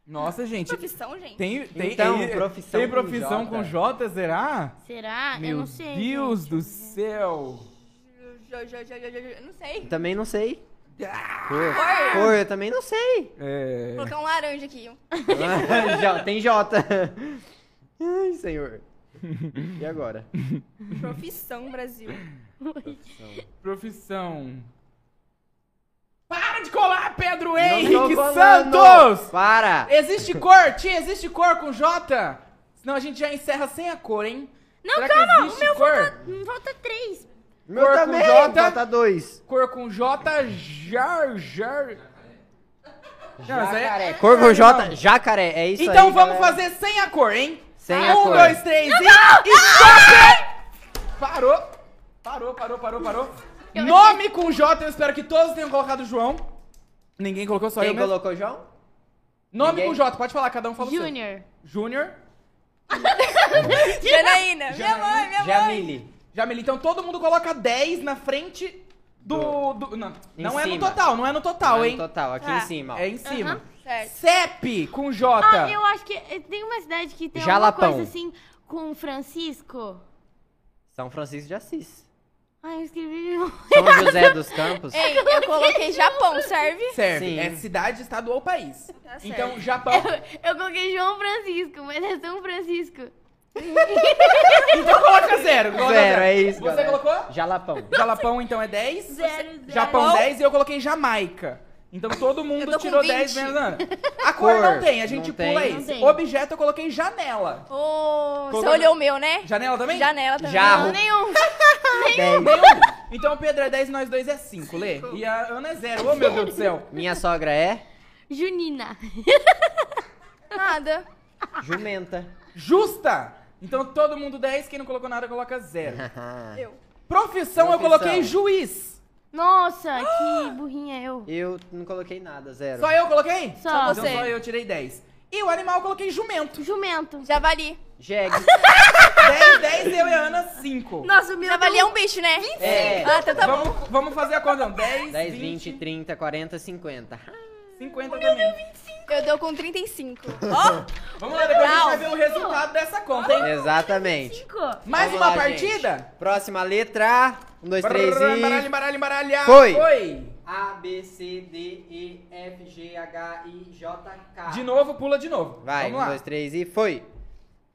Nossa, gente.
Profissão, gente.
Tem, tem,
Então,
tem-
profissão
tem
com
profissão
J.
com J, será?
Será? eu
Meu
não sei.
Deus
gente.
do céu!
Jo- jo- jo- jo- jo- jo- eu Não sei.
Também não sei.
Ah,
Cor.
Cor.
Cor, eu também não sei.
É.
Vou colocar um laranja aqui.
J, tem J. Ai, senhor. E agora?
Profissão, Brasil.
Profissão. Para de colar, Pedro
Não tô
Henrique
falando.
Santos!
Para!
Existe cor, tia, existe cor com J? Senão a gente já encerra sem a cor, hein?
Não,
Será que
calma,
existe
o meu
cor?
falta, Hum, falta três.
Meu
Cor com
também!
J.
Falta dois.
Cor com J, jar, jar... Não, isso aí é-
Cor com J,
Não.
jacaré. É isso aí.
Então vamos
galera.
fazer sem a cor, hein?
Sem
um,
a cor.
dois, três e... e stop! Parou. Parou, parou, parou, parou.
Eu
Nome com J, eu espero que todos tenham colocado João. Ninguém colocou, só eu
Quem
mesmo.
colocou João?
Nome
Ninguém?
com J, pode falar, cada um fala o seu.
Júnior.
Júnior.
Janaína. Minha mãe, minha mãe.
Jamile.
Jamile, então todo mundo coloca 10 na frente do... do- não,
Em
não é no
cima.
total, não é no total,
Não,
hein?
Total, aqui
Tá.
em cima. ó.
É em cima.
Aham.
Certo.
CEP com J.
Ah, eu acho que eh, tem uma cidade que tem
Jalapão.
alguma coisa assim com Francisco.
São Francisco de Assis.
Ai, eu escrevi.
São José dos Campos.
É.
Ei, eu coloquei Japão, serve?
Serve.
Sim.
É cidade, estado ou país.
Tá certo.
então, Japão.
Eu coloquei João Francisco, mas é São Francisco.
Então coloca zero. Coloca
Zero, é isso,
Você
galera.
colocou?
Jalapão.
Jalapão, então, é 10.
Zero, zero.
Japão, 10 e eu coloquei Jamaica. Então todo
Eu
mundo
tô com
tirou
20.
10 menos Ana. A cor,
Cor,
não tem, a gente
não tem.
pula
Não
esse.
tem.
Objeto eu coloquei janela.
Ô, você
Colocou-
olhou o meu, né?
Janela também?
Janela também.
Jarro.
Não, nenhum.
Dez.
Nenhum. Então o Pedro é 10 e nós dois é 5, Lê. E a Ana é 0. Ô meu Deus do céu.
Minha sogra é
Junina.
Nada.
jumenta.
Justa! Então todo mundo 10, quem não colocou nada coloca 0.
Eu.
Profissão, eu
Profissão.
coloquei juiz.
Nossa, que burrinha eu.
Eu não coloquei nada, zero.
Só eu coloquei?
Só.
então,
você.
Só eu tirei 10. E o animal eu coloquei jumento.
Jumento.
Javali.
Jeg.
10, 10, eu e a Ana 5.
Nossa, o meu
Javali é
deu-
um bicho, né?
É.
Ah, então tá bom.
Vamos, vamos fazer a conta. 10,
10,
20,
20, 30, 40, 50.
50 também.
Eu deu com 35.
Ó, vamos lá, depois a gente
Não.
vai ver o resultado dessa conta, hein?
Exatamente.
Cinco.
um assim. Mais
Vamos
uma
lá,
partida?
gente. Próxima letra. Um, dois, três
Brrr, Embaralha,
e.
embaralha, embaralha.
Foi.
Foi.
A, B, C, D, E, F, G, H, I, J, K.
De novo, pula de novo.
Vai,
vamos
um,
lá.
dois, três e foi.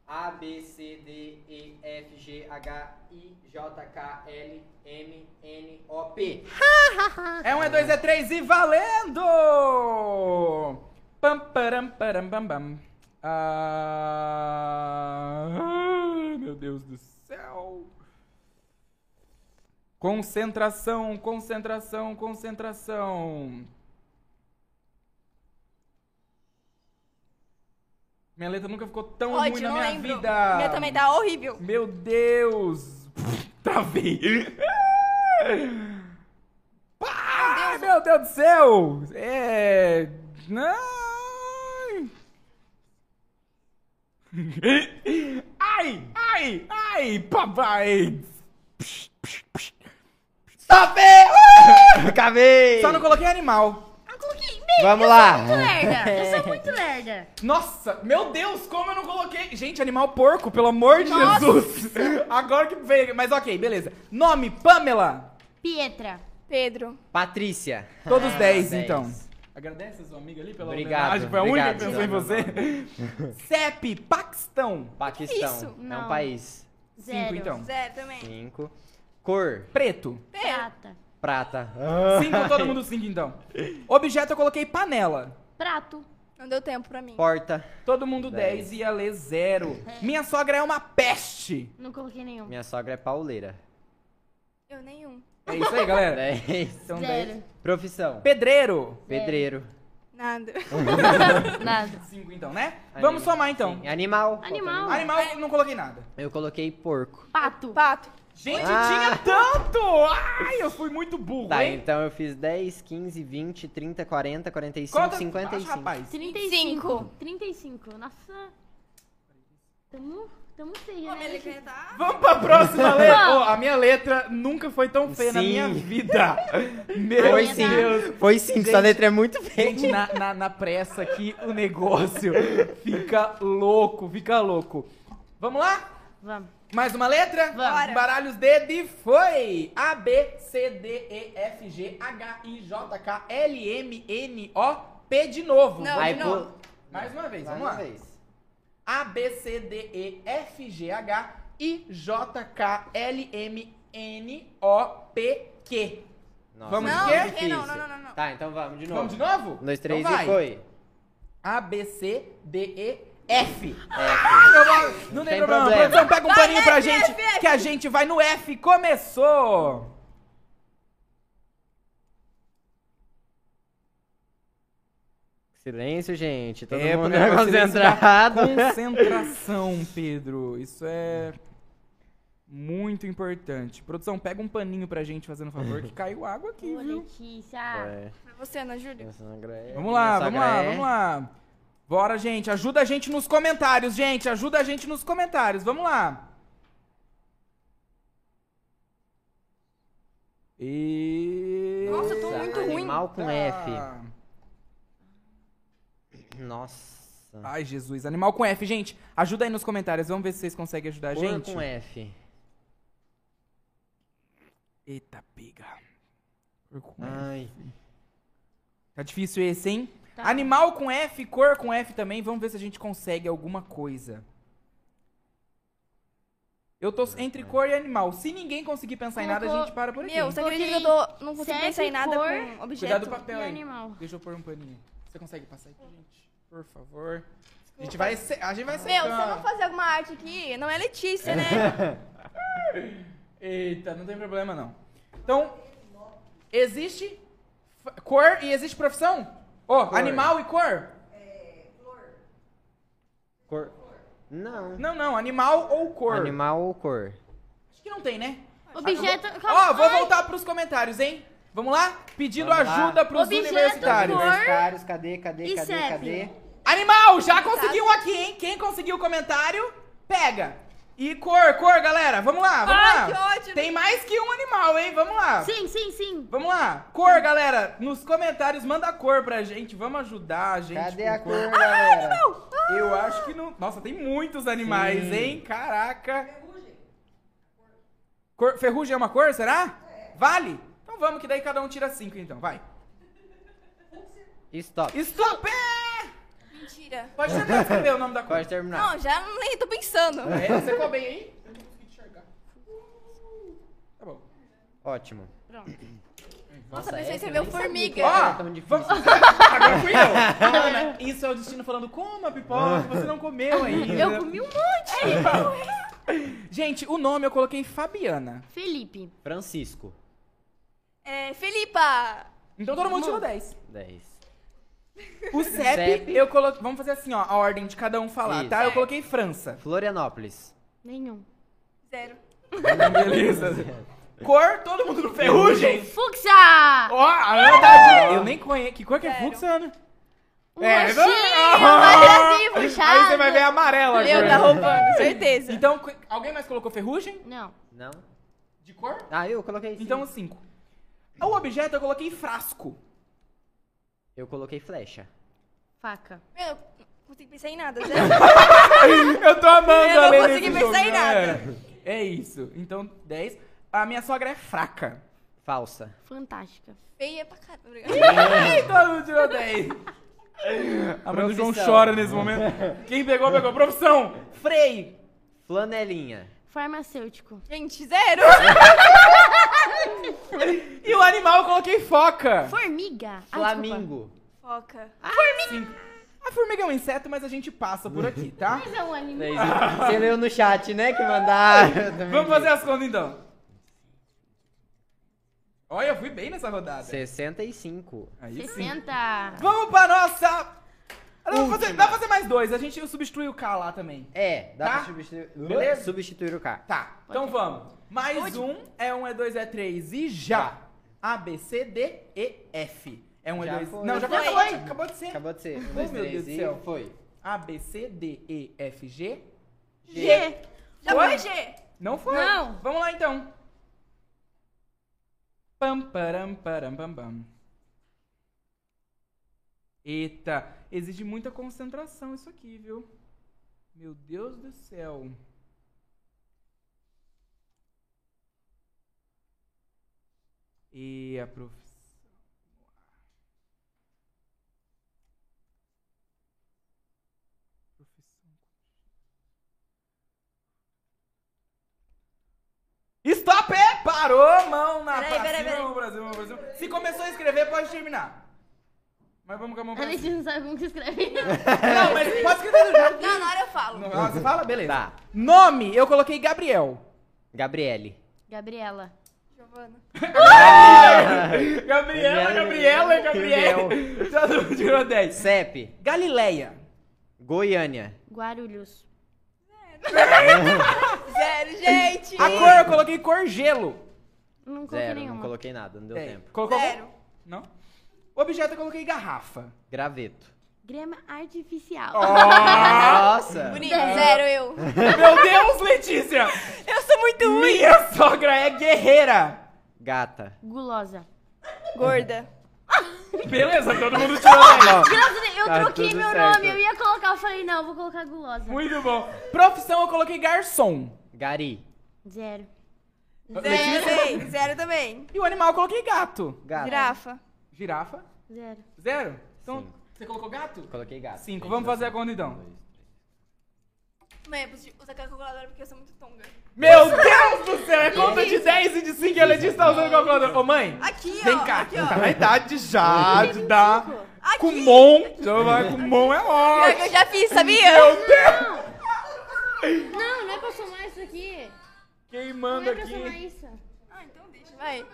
A, B, C, D, E, F, G, H, I, J, K, L, M, N, O, P.
É um, é dois, é três e valendo! Pam, param, param, bam, bam. Ah, meu Deus do céu! Concentração, concentração, concentração. Minha letra nunca ficou tão ruim
Ódio,
na
não
minha
lembro.
vida.
Minha também tá horrível.
Meu Deus! Tá Travei! Pá, meu Deus do céu! É. Não! Ai, ai, ai, papai!
Stop! Acabei!
Só não coloquei animal.
Eu Ah, coloquei bem.
Vamos
eu
lá.
Sou muito lerda. Eu sou muito lerda.
Nossa, meu Deus, como eu não coloquei. Gente, animal porco, pelo amor de
Nossa.
Jesus! Agora que veio. Mas ok, beleza. Nome: Pamela.
Pietra.
Pedro.
Patrícia.
Todos 10,
Ah, dez.
então. Agradece a sua amiga ali pela
Obrigado,
homenagem, foi a única que pensou em
obrigado,
você. CEP, Paquistão.
Paquistão.
isso?
É
Não.
um país.
Zero.
Cinco, então.
Zero também.
Cinco. Cor.
Preto.
Pedro.
Prata.
Prata.
Cinco, todo mundo cinco, então. Objeto, eu coloquei panela.
Prato.
Não deu tempo pra mim.
Porta.
Todo mundo dez
Dez.
e a Lê zero. Minha sogra é uma peste.
Não coloquei nenhum.
Minha sogra é pauleira.
Eu nenhum.
É isso aí, galera.
É isso.
Então, daí-
Zero.
Profissão.
Pedreiro.
Pedreiro.
Nada.
Nada.
Cinco, então, né?
Anima-
Vamos somar, então.
Sim, é. Animal.
Animal.
Animal, eu não coloquei nada.
Eu coloquei porco.
Pato.
Pato.
Gente,
Ah.
tinha tanto! Ai, eu fui muito burro,
Tá,
hein?
então eu fiz 10, 15, 20, 30, 40, 45,
Conta-
55.
Baixa, rapaz.
35. 35. Nossa. Tamo, tamo feia, né? gente?
Vamos pra próxima letra.
Vamos.
Ô, a minha letra nunca foi tão feia na
Sim.
minha vida. Meu
Foi
Ai,
sim.
Deus.
Foi sim,
Gente.
sua letra é muito feia.
Gente, na, na- na pressa aqui, o negócio fica louco, fica louco. Vamos lá?
Vamos.
Mais uma letra?
Bora.
Baralha os dedos e foi! A, B, C, D, E, F, G, H, I, J, K, L, M, N, O, P de novo.
Não,
Aí,
de
pô-
novo.
Mais uma vez,
Mais
vamos lá.
uma vez.
A, B, C, D, E, F, G, H, I, J, K, L, M, N, O, P, Q.
Nossa,
Vamos de
muito
quê?
difícil.
Não, não, não, não, não.
Tá, então vamos de novo.
Vamos de novo?
Um, dois, três
Então vai.
e foi.
A, B, C, D, E, F.
É,
Ah, Meu amor, Não tem problema.
Tem problema.
Produção, pega um
Vai,
paninho pra
F,
gente
F, F.
que a gente vai no F. Começou!
silêncio, gente. Todo
É,
mundo
pra
é
você
concentrado.
Concentração, Pedro. Isso é muito importante. Produção, pega um paninho pra gente, fazendo favor, que caiu água aqui,
Ô,
viu?
Letícia.
É,
Foi você, Ana Júlia?
pensa na Graé,
Vamos lá,
pensa na
vamos lá,
Graé.
vamos lá. Bora, gente. Ajuda a gente nos comentários, gente. Ajuda a gente nos comentários. Vamos lá. E...
Nossa, eu tô muito ruim.
Animal com F.
Ah.
é. Nossa.
Ai, Jesus. Animal com F, gente. Ajuda aí nos comentários. Vamos ver se vocês conseguem ajudar a
Porco
gente.
com F.
Eita, piga. Cor com F.
Ai.
Tá difícil esse, hein?
Tá.
Animal com F, cor com F também. Vamos ver se a gente consegue alguma coisa. Eu tô entre cor e animal. Se ninguém conseguir pensar em nada, a
Colocou-
gente para por aqui.
Meu, você
Coloquei
acredita que eu tô, não consigo
sete,
pensar em nada
cor.
com objeto?
Cuidado do papel
E
aí.
animal.
Deixa eu pôr um paninho. Você consegue passar aí pra gente? Por favor. A gente vai... se- A gente vai...
Uhum. Meu, se eu
secando.
não fazer alguma arte aqui, não é Letícia, né?
Eita, não tem problema não. Então, existe f- cor e existe profissão? Ó, animal e cor?
Cor. Não.
Não, não, animal ou cor.
Animal ou cor?
Acho que não tem, né?
Objeto.
Ó, vou
Ai,
voltar pros comentários, hein? Vamos lá? Pedindo
Vamos lá.
ajuda pros
Objeto,
universitários.
cor.
Universitários, cadê, cadê,
E
cadê,
CEP?
cadê?
Animal, já conseguiu aqui, hein? Quem conseguiu o comentário, pega. E cor, cor, galera, vamos lá, vamos
Ai,
lá.
que ótimo.
Tem mais que um animal, hein? Vamos lá.
Sim, sim, sim.
Vamos lá, cor, galera. Nos comentários, manda a cor pra gente. Vamos ajudar a gente.
Cadê
com
a cor, galera? Ah!
Eu acho que não. Nossa, tem muitos animais,
Sim.
hein? Caraca. Cor- Ferrugem é uma cor, será? Vale? Então vamos, que daí cada um tira cinco, então. Vai.
Stop.
Stop!
Mentira.
Pode terminar de escrever o nome da cor.
Pode terminar.
Não, já não- nem tô pensando.
É, você ficou bem, hein? Eu não consegui enxergar. Tá bom.
Ótimo.
Nossa,
é
a pessoa escreveu
É,
formiga.
Ó,
tão tá difícil.
vamos... Agora fui eu. Ana, isso é o destino falando, coma pipoca, você não comeu ainda.
Eu comi um monte.
É. Gente, o nome eu coloquei Fabiana.
Felipe.
Francisco.
É, Felipa.
Então todo mundo tirou 10.
10.
O CEP,
CEP.
eu coloquei. Vamos fazer assim, ó, a ordem de cada um falar,
Isso.
tá? Eu coloquei França.
Florianópolis.
Nenhum.
Zero.
Beleza. Cor, todo mundo no ferrugem.
Fuxa!
Ó, a Ana tá de... Eu nem conheço. Que cor que é
Sério.
fuxa, Ana?
Um
É,
roxinho,
não-
mas assim, puxado.
Aí você vai ver amarela
Meu,
agora.
tá roubando, certeza.
Então, cu- alguém mais colocou ferrugem?
Não.
Não?
De cor?
Ah, eu coloquei. sim.
Então, cinco. O objeto eu coloquei frasco.
Eu coloquei flecha.
Faca.
Meu, não consigo pensar em nada, zero.
Eu tô amando
Eu não
a Lê
consegui
nesse jogo,
pensar em nada.
galera. É isso. Então, 10. A minha sogra é fraca.
Falsa.
Fantástica.
Feia pra caramba. obrigada.
Ai, todo mundo tirou 10. A mãe do É. João
Profissão.
chora nesse momento. Quem pegou, pegou. Profissão. Frei.
Flanelinha.
Farmacêutico.
Gente, zero.
E o animal eu coloquei foca.
Formiga. Ah, desculpa.
Flamingo.
Foca.
Sim. A formiga é um inseto, mas a gente passa por aqui, tá?
Mas é um animal.
Três. Você leu no chat, né? Que mandaram.
Vamos fazer as contas então. Olha, eu fui bem nessa rodada.
65.
Aí sim.
60.
Vamos pra nossa. Ah, Dá pra, fazer, dá pra fazer mais dois. A gente substitui o K lá também.
É, dá
Tá?
pra substituir,
Beleza?
substituir o K.
Tá, então vamos. Mais um, é um, é dois, é três e já. A, B, C, D, E, F. É um,
Já
é dois...
foi.
Não, já foi.
Já
Acabou, de,
foi.
acabou de ser.
Acabou de ser.
Oh,
Um, dois,
meu
três
Deus do
e
céu.
foi.
A, B, C, D, E, F, G.
G. Já
Foi?
foi G.
Não foi.
Não.
Vamos lá, então. Pam, param, param, pam, pam. Eita, exige muita concentração isso aqui, viu? Meu Deus do céu. E a profissão. Profissão. Stop! É! Parou! Mão na
Peraí,
pra
peraí,
cima,
peraí.
mão pra cima, mão pra cima. Se começou a escrever, pode terminar. Mas vamos com a mão pra
A
cima.
gente não sabe como que escreve.
Não, mas pode escrever do jeito.
Não, na hora eu falo.
Não, Você fala? Beleza.
Tá.
Nome, eu coloquei Gabriel.
Gabriele.
Gabriela.
Giovana.
Gabriela, Gabriela, Gabriel. Todo mundo tirou 10.
CEP.
Galileia.
Goiânia.
Guarulhos.
Zero, gente.
A cor, eu coloquei cor gelo.
Não coloquei
Zero. Não
nenhuma.
coloquei nada, não deu
Tem.
tempo.
Colocou algum?
Zero.
Não. Objeto, eu coloquei garrafa.
Graveto.
Grama artificial.
Oh.
Ah!
Nossa!
Bonito. Zero eu.
Meu Deus, Letícia.
Eu sou muito ruim.
Minha sogra é guerreira.
Gata.
Gulosa.
Gorda.
Beleza, todo mundo tirou 10.
Graças a Deus, eu
Tá
troquei
tudo
meu
certo.
nome. Eu ia colocar, eu falei, não, eu vou colocar gulosa.
Muito bom. Profissão, eu coloquei garçom.
Gari.
Zero.
Zero. também. Zero também.
E o animal, eu coloquei gato.
Gata.
Girafa.
Girafa.
Zero.
Zero. Então,
Cinco.
você colocou gato?
Coloquei gato.
Cinco.
Gente,
Vamos fazer a
assim.
conta, então.
Mãe, eu preciso usar aquela calculadora porque eu sou muito tonga.
Meu Deus do céu, é conta de 10 e de 5 e a Letícia tá usando o calculador. Ô mãe,
Aqui, ó.
vem cá.
Aqui, ó.
Tá na idade já, de dar.
Aqui.
Kumon. Já vai, Kumon é
Pior que
ótimo.
eu já fiz, sabia?
Meu Deus.
Não, não é pra somar isso aqui.
Quem
Não
manda
é pra somar
aqui?
isso.
Ah, então deixa, vai.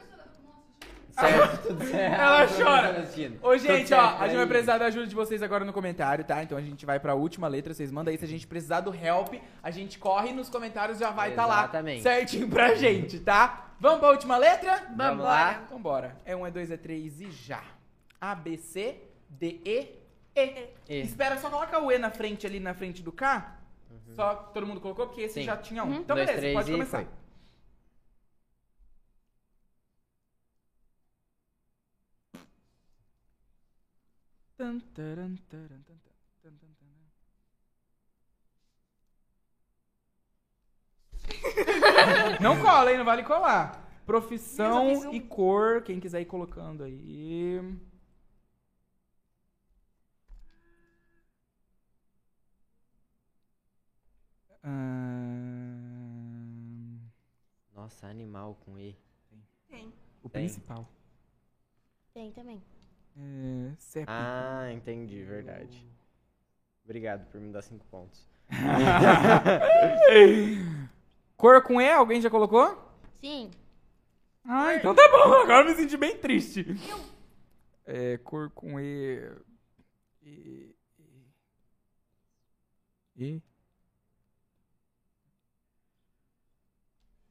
Certo, tudo certo.
Ela
Tô
chora.
É, tá assistindo.
Ô, gente,
Tudo
ó,
certo,
a gente vai
aí.
precisar da ajuda de vocês agora no comentário, tá? Então a gente vai pra última letra, vocês mandam aí. Se a gente precisar do help, a gente corre nos comentários já vai tá lá.
Exatamente.
Certinho pra gente, tá? Vamos pra última letra?
Vamos lá.
Então bora. É um, é dois, é três e já. A, B, C, D, E, E.
E.
Espera, só coloca o E na frente ali, na frente do K. Só todo mundo colocou, porque esse
Uhum. Sim.
já tinha um. Então
Dois,
beleza,
três
pode
e
começar.
foi.
Tan, taran, taran, tan, tan, tan, tan, tan. Não cola, hein? Não vale colar.
Eu só fiz
Profissão
um.
e cor, quem quiser ir colocando aí. Ahn,
Nossa, animal com E.
Tem.
O
Tem.
principal.
Tem também.
É, CEP.
Ah, entendi, verdade. Obrigado por me dar cinco pontos.
Cor com E, alguém já colocou?
Sim.
Ah, então tá bom. Agora eu me senti bem triste. É, cor com E. E. E.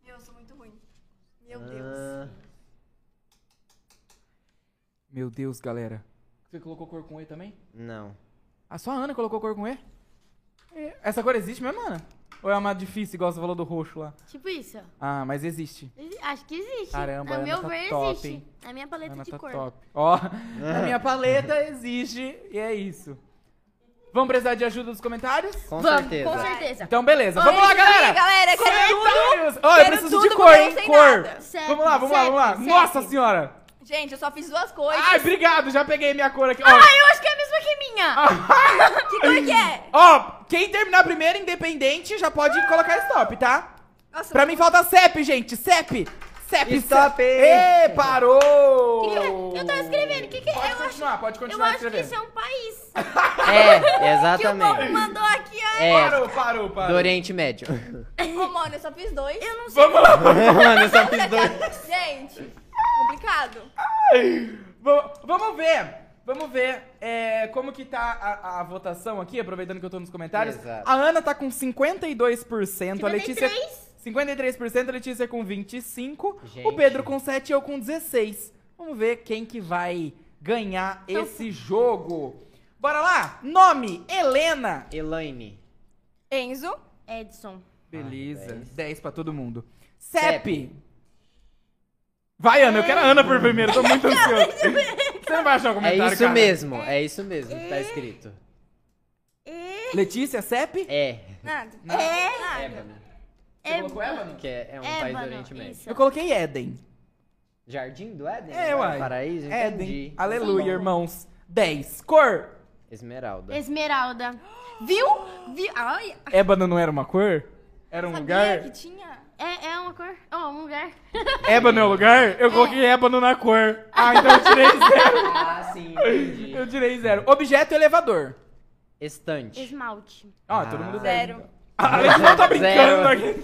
Meu, eu sou muito ruim. Meu Deus.
Ah,
Meu Deus, galera. Você colocou cor com E também?
não.
Ah, só a Ana colocou cor com E? É, Essa cor existe mesmo, Ana? Ou é uma difícil, igual você falou do roxo lá?
Tipo isso.
Ah, mas existe.
Exi- Acho que existe.
Caramba,
a
Ana
meu
tá
ver,
top,
existe.
hein?
A minha paleta
Ana
de
tá
cor.
top. Ó, a minha paleta existe e é isso. Vamos precisar de ajuda dos comentários?
Com
Vamos,
certeza.
com certeza.
Então, beleza.
Ó,
Vamos lá,
é isso
galera!
aí, galera. Quero
Comentários! Ó, eu
Quero
preciso de
tudo,
cor,
porque eu não
hein?
sei
Cor!
nada.
Certo,
Vamos lá, vamos lá, vamos lá.
certo,
Nossa
certo.
senhora!
Gente, eu só fiz duas coisas.
Ai, obrigado, já peguei minha cor aqui. Ó,
Ah, eu acho que é a mesma que
Ah,
minha.
Que cor que é?
ó, quem terminar primeiro, independente, já pode colocar stop, tá?
Nossa,
Pra mim falta CEP, gente. CEP! CEP,
Stop.
CEP! Ê, parou!
Que que é? Eu tava escrevendo. O que, que é?
Pode
Eu acho,
continuar, pode
eu
continuar
acho que
escrevendo.
isso é um país.
É,
que o povo
exatamente.
mandou aqui, ai.
um
É,
Parou, parou,
do
parou.
Oriente Médio.
Ô, mano, eu só fiz dois. Eu não
Vamos lá,
Mano, eu só fiz dois.
Gente, Complicado.
Vam- Vamos ver! Vamos ver é, como que tá a, a votação aqui, aproveitando que eu tô nos comentários.
Exato.
A Ana tá com 52%,
Tipo,
a Letícia...
53?
53%, a Letícia com 25%, o
Gente.
Pedro com 7% e eu com 16%. Vamos ver quem que vai ganhar esse jogo. Bora lá! Nome, Helena.
Elaine. é
Enzo.
Edson.
Beleza,
dez.
10 pra todo mundo.
CEP.
CEP. Vai, Ana, eu quero a Ana por primeiro, tô muito ansioso. Você não vai achar o
É
comentário,
isso
cara.
mesmo, é isso mesmo que tá escrito.
Letícia, CEP?
É.
Nada.
É,
Nada.
Ébano.
Ah, Você colocou ela, Ana?
Que é, é um país do Oriente
Ébano,
Médio.
isso.
Eu coloquei Éden.
Jardim do Éden?
É,
Agora
uai.
Paraíso?
Éden.
Entendi.
Aleluia,
Tá bom.
irmãos. 10. Cor.
Esmeralda.
Esmeralda. Viu? Viu? Ai,
Ébano não era uma cor? Era um
Sabia que
lugar?
tinha?
é, é uma cor. Ó, um lugar.
Ébano é um lugar? Eu coloquei ébano na cor. Ah, então eu tirei zero.
Ah, sim, entendi.
Eu tirei zero. Objeto elevador.
Estante.
Esmalte.
Ah, todo mundo
Ah.
dez,
Zero.
então. Ah, a gente não tá brincando
Zero.
aqui.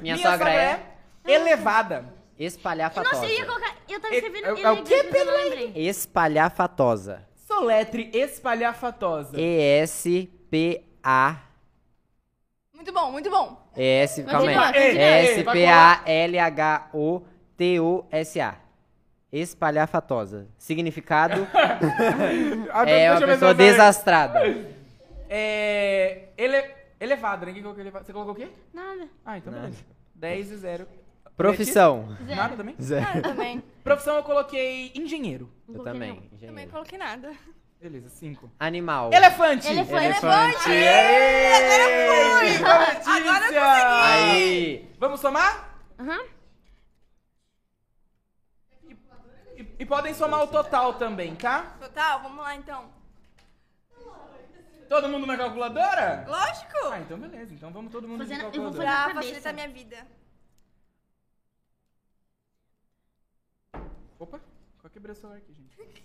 Minha, sogra é
Elevada.
Nossa,
espalhafatosa.
eu ia colocar. Eu tava
E-
escrevendo.
Tá é- é o quê,
elegante, mas eu não lembrei.
Espalhafatosa.
Soletre espalhafatosa. Ah,
É E-S-P-A...
Muito bom, muito bom.
E-S... Calma
Continua,
aí.
Ei,
continua.
ei, vai
S-P-A-L-H-O-T-O-S-A. Espalhafatosa. Significado
Ah,
é
deixa eu ver se eu
uma pessoa
acerto.
desastrada.
É. Ele... Elevada, ninguém colocou elevada. Você colocou o quê?
Nada.
Ah, então
Nada.
beleza. 10 e 0.
Profissão.
Zero.
Nada também?
Zero.
Eu também.
Profissão eu coloquei engenheiro.
Não
Eu
coloquei
também.
nenhum.
engenheiro.
Também coloquei nada.
Beleza, 5.
Animal.
Elefante!
Elefante.
Elefante.
Aê! Agora foi!
Agora eu
Aí.
Vamos somar?
Aham.
E, e podem somar o total também, tá?
Total, vamos lá então.
Todo mundo na calculadora? Ah,
Lógico!
então beleza. Então vamos todo mundo
Fazendo-
na
eu vou
calculadora.
na
Pra
cabeça.
facilitar minha vida.
Opa, qual quebrou o celular aqui, gente?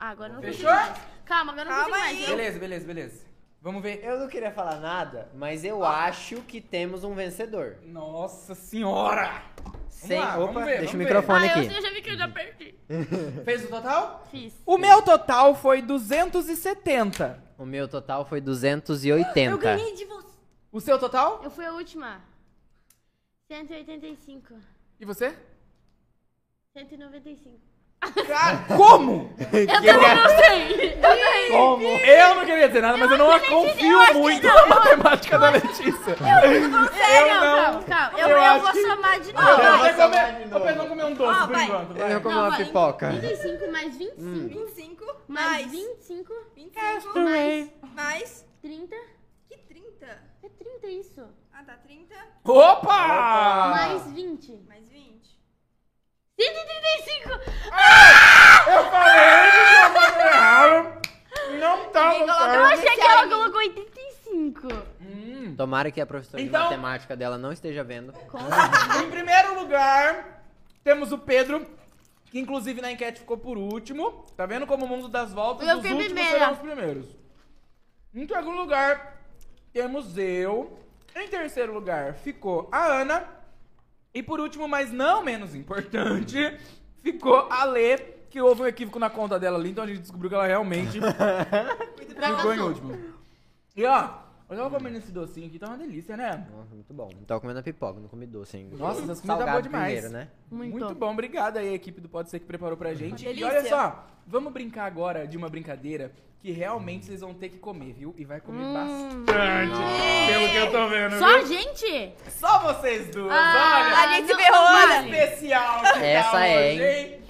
Ah, agora eu não
Fechou?
consigo mais. Calma, agora eu não
Calma
consigo mais.
aí.
Eu-
Beleza, beleza, beleza. Vamos ver.
Eu não queria falar nada, mas eu
Ah.
acho que temos um vencedor.
Nossa senhora!
Sem...
lá, vamos
Opa,
ver,
deixa o
vamos ver.
microfone
Ah, eu,
aqui.
eu já vi que eu já perdi.
Fez o total?
Fiz.
O meu total foi 270.
O meu total foi 280.
Eu ganhei de você.
O seu total?
Eu fui a última. 185.
E você?
195.
Cara, como?
Eu também não sei. Eu também.
Como? Eu não queria dizer nada, mas eu não confio muito na matemática da Letícia.
Eu não sei,
Eu
não.
não.
Calma, calma.
Eu
Eu, eu
acho
vou
que-
somar de
Eu
novo.
não,
vai.
vai.
vou
somar
comer,
de
vou
novo.
pegar comer um doce
Ó,
por
vai.
enquanto.
Eu
Vai.
como uma
vai.
pipoca.
35 mais 25.
25
Mais
Hum. mais É.
25.
25
Mais
mais
30.
que 30?
É 30 isso.
Ah, tá 30
Opa!
Mais 20.
mais 20.
Eu
135.
falei que vocês erraram. Não tá tava
Ninguém colocou
Eu
certo.
achei que ela colocou 85.
Hum.
Tomara que a professora
Então-
de matemática dela não esteja vendo.
Em primeiro lugar, temos o Pedro, que inclusive na enquete ficou por último. Tá vendo como o mundo das voltas,
Eu
os
fui
últimos
primeira.
serão os primeiros. Em segundo lugar, temos eu. Em terceiro lugar, ficou a Ana. E por último, mas não menos importante, ficou a Lê, que houve um equívoco na conta dela ali, então a gente descobriu que ela realmente ficou em último. E ó, olha eu comendo esse docinho aqui, tá uma delícia, né?
Nossa, muito bom. Não tava comendo a pipoca, não comi doce ainda.
Nossa, essas comidas
Salgado
boa demais.
primeiro, né?
Muito.
Muito, bom, obrigado aí, equipe do Pode Ser que preparou pra gente. E
delícia.
olha só, vamos brincar agora de uma brincadeira que realmente vocês vão ter que comer, viu? E vai comer bastante, pelo que eu tô vendo.
Só a gente?
viu? Só vocês duas,
Ah,
olha,
A gente
não-
se ferrou,
não
que
né?
vale.
especial que tá
Essa é,
hoje, hein?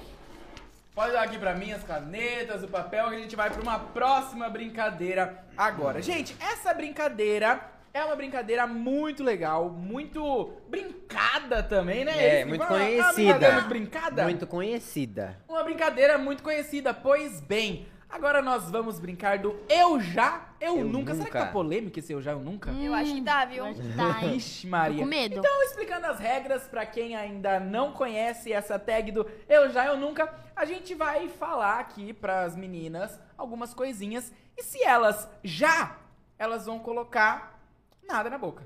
Pode dar aqui pra mim as canetas, o papel, que a gente vai pra uma próxima brincadeira agora. Gente, essa brincadeira... É uma brincadeira muito legal, muito brincada também, né?
É,
Esse-
muito
uma- uma
conhecida.
brincadeira muito brincada.
Muito conhecida.
Uma brincadeira muito conhecida, pois bem. Agora nós vamos brincar do Eu Já, Eu,
Eu
nunca. Será que
Nunca.
tá polêmico esse Eu Já, Eu Nunca?
Hum,
Eu acho que dá, viu?
Eu acho que dá, hein?
Ixi, Maria.
Hum. Tô com medo.
Então, explicando as regras pra quem ainda não conhece essa tag do Eu Já, Eu Nunca, a gente vai falar aqui pras meninas algumas coisinhas. E se elas já, elas vão colocar nada na boca.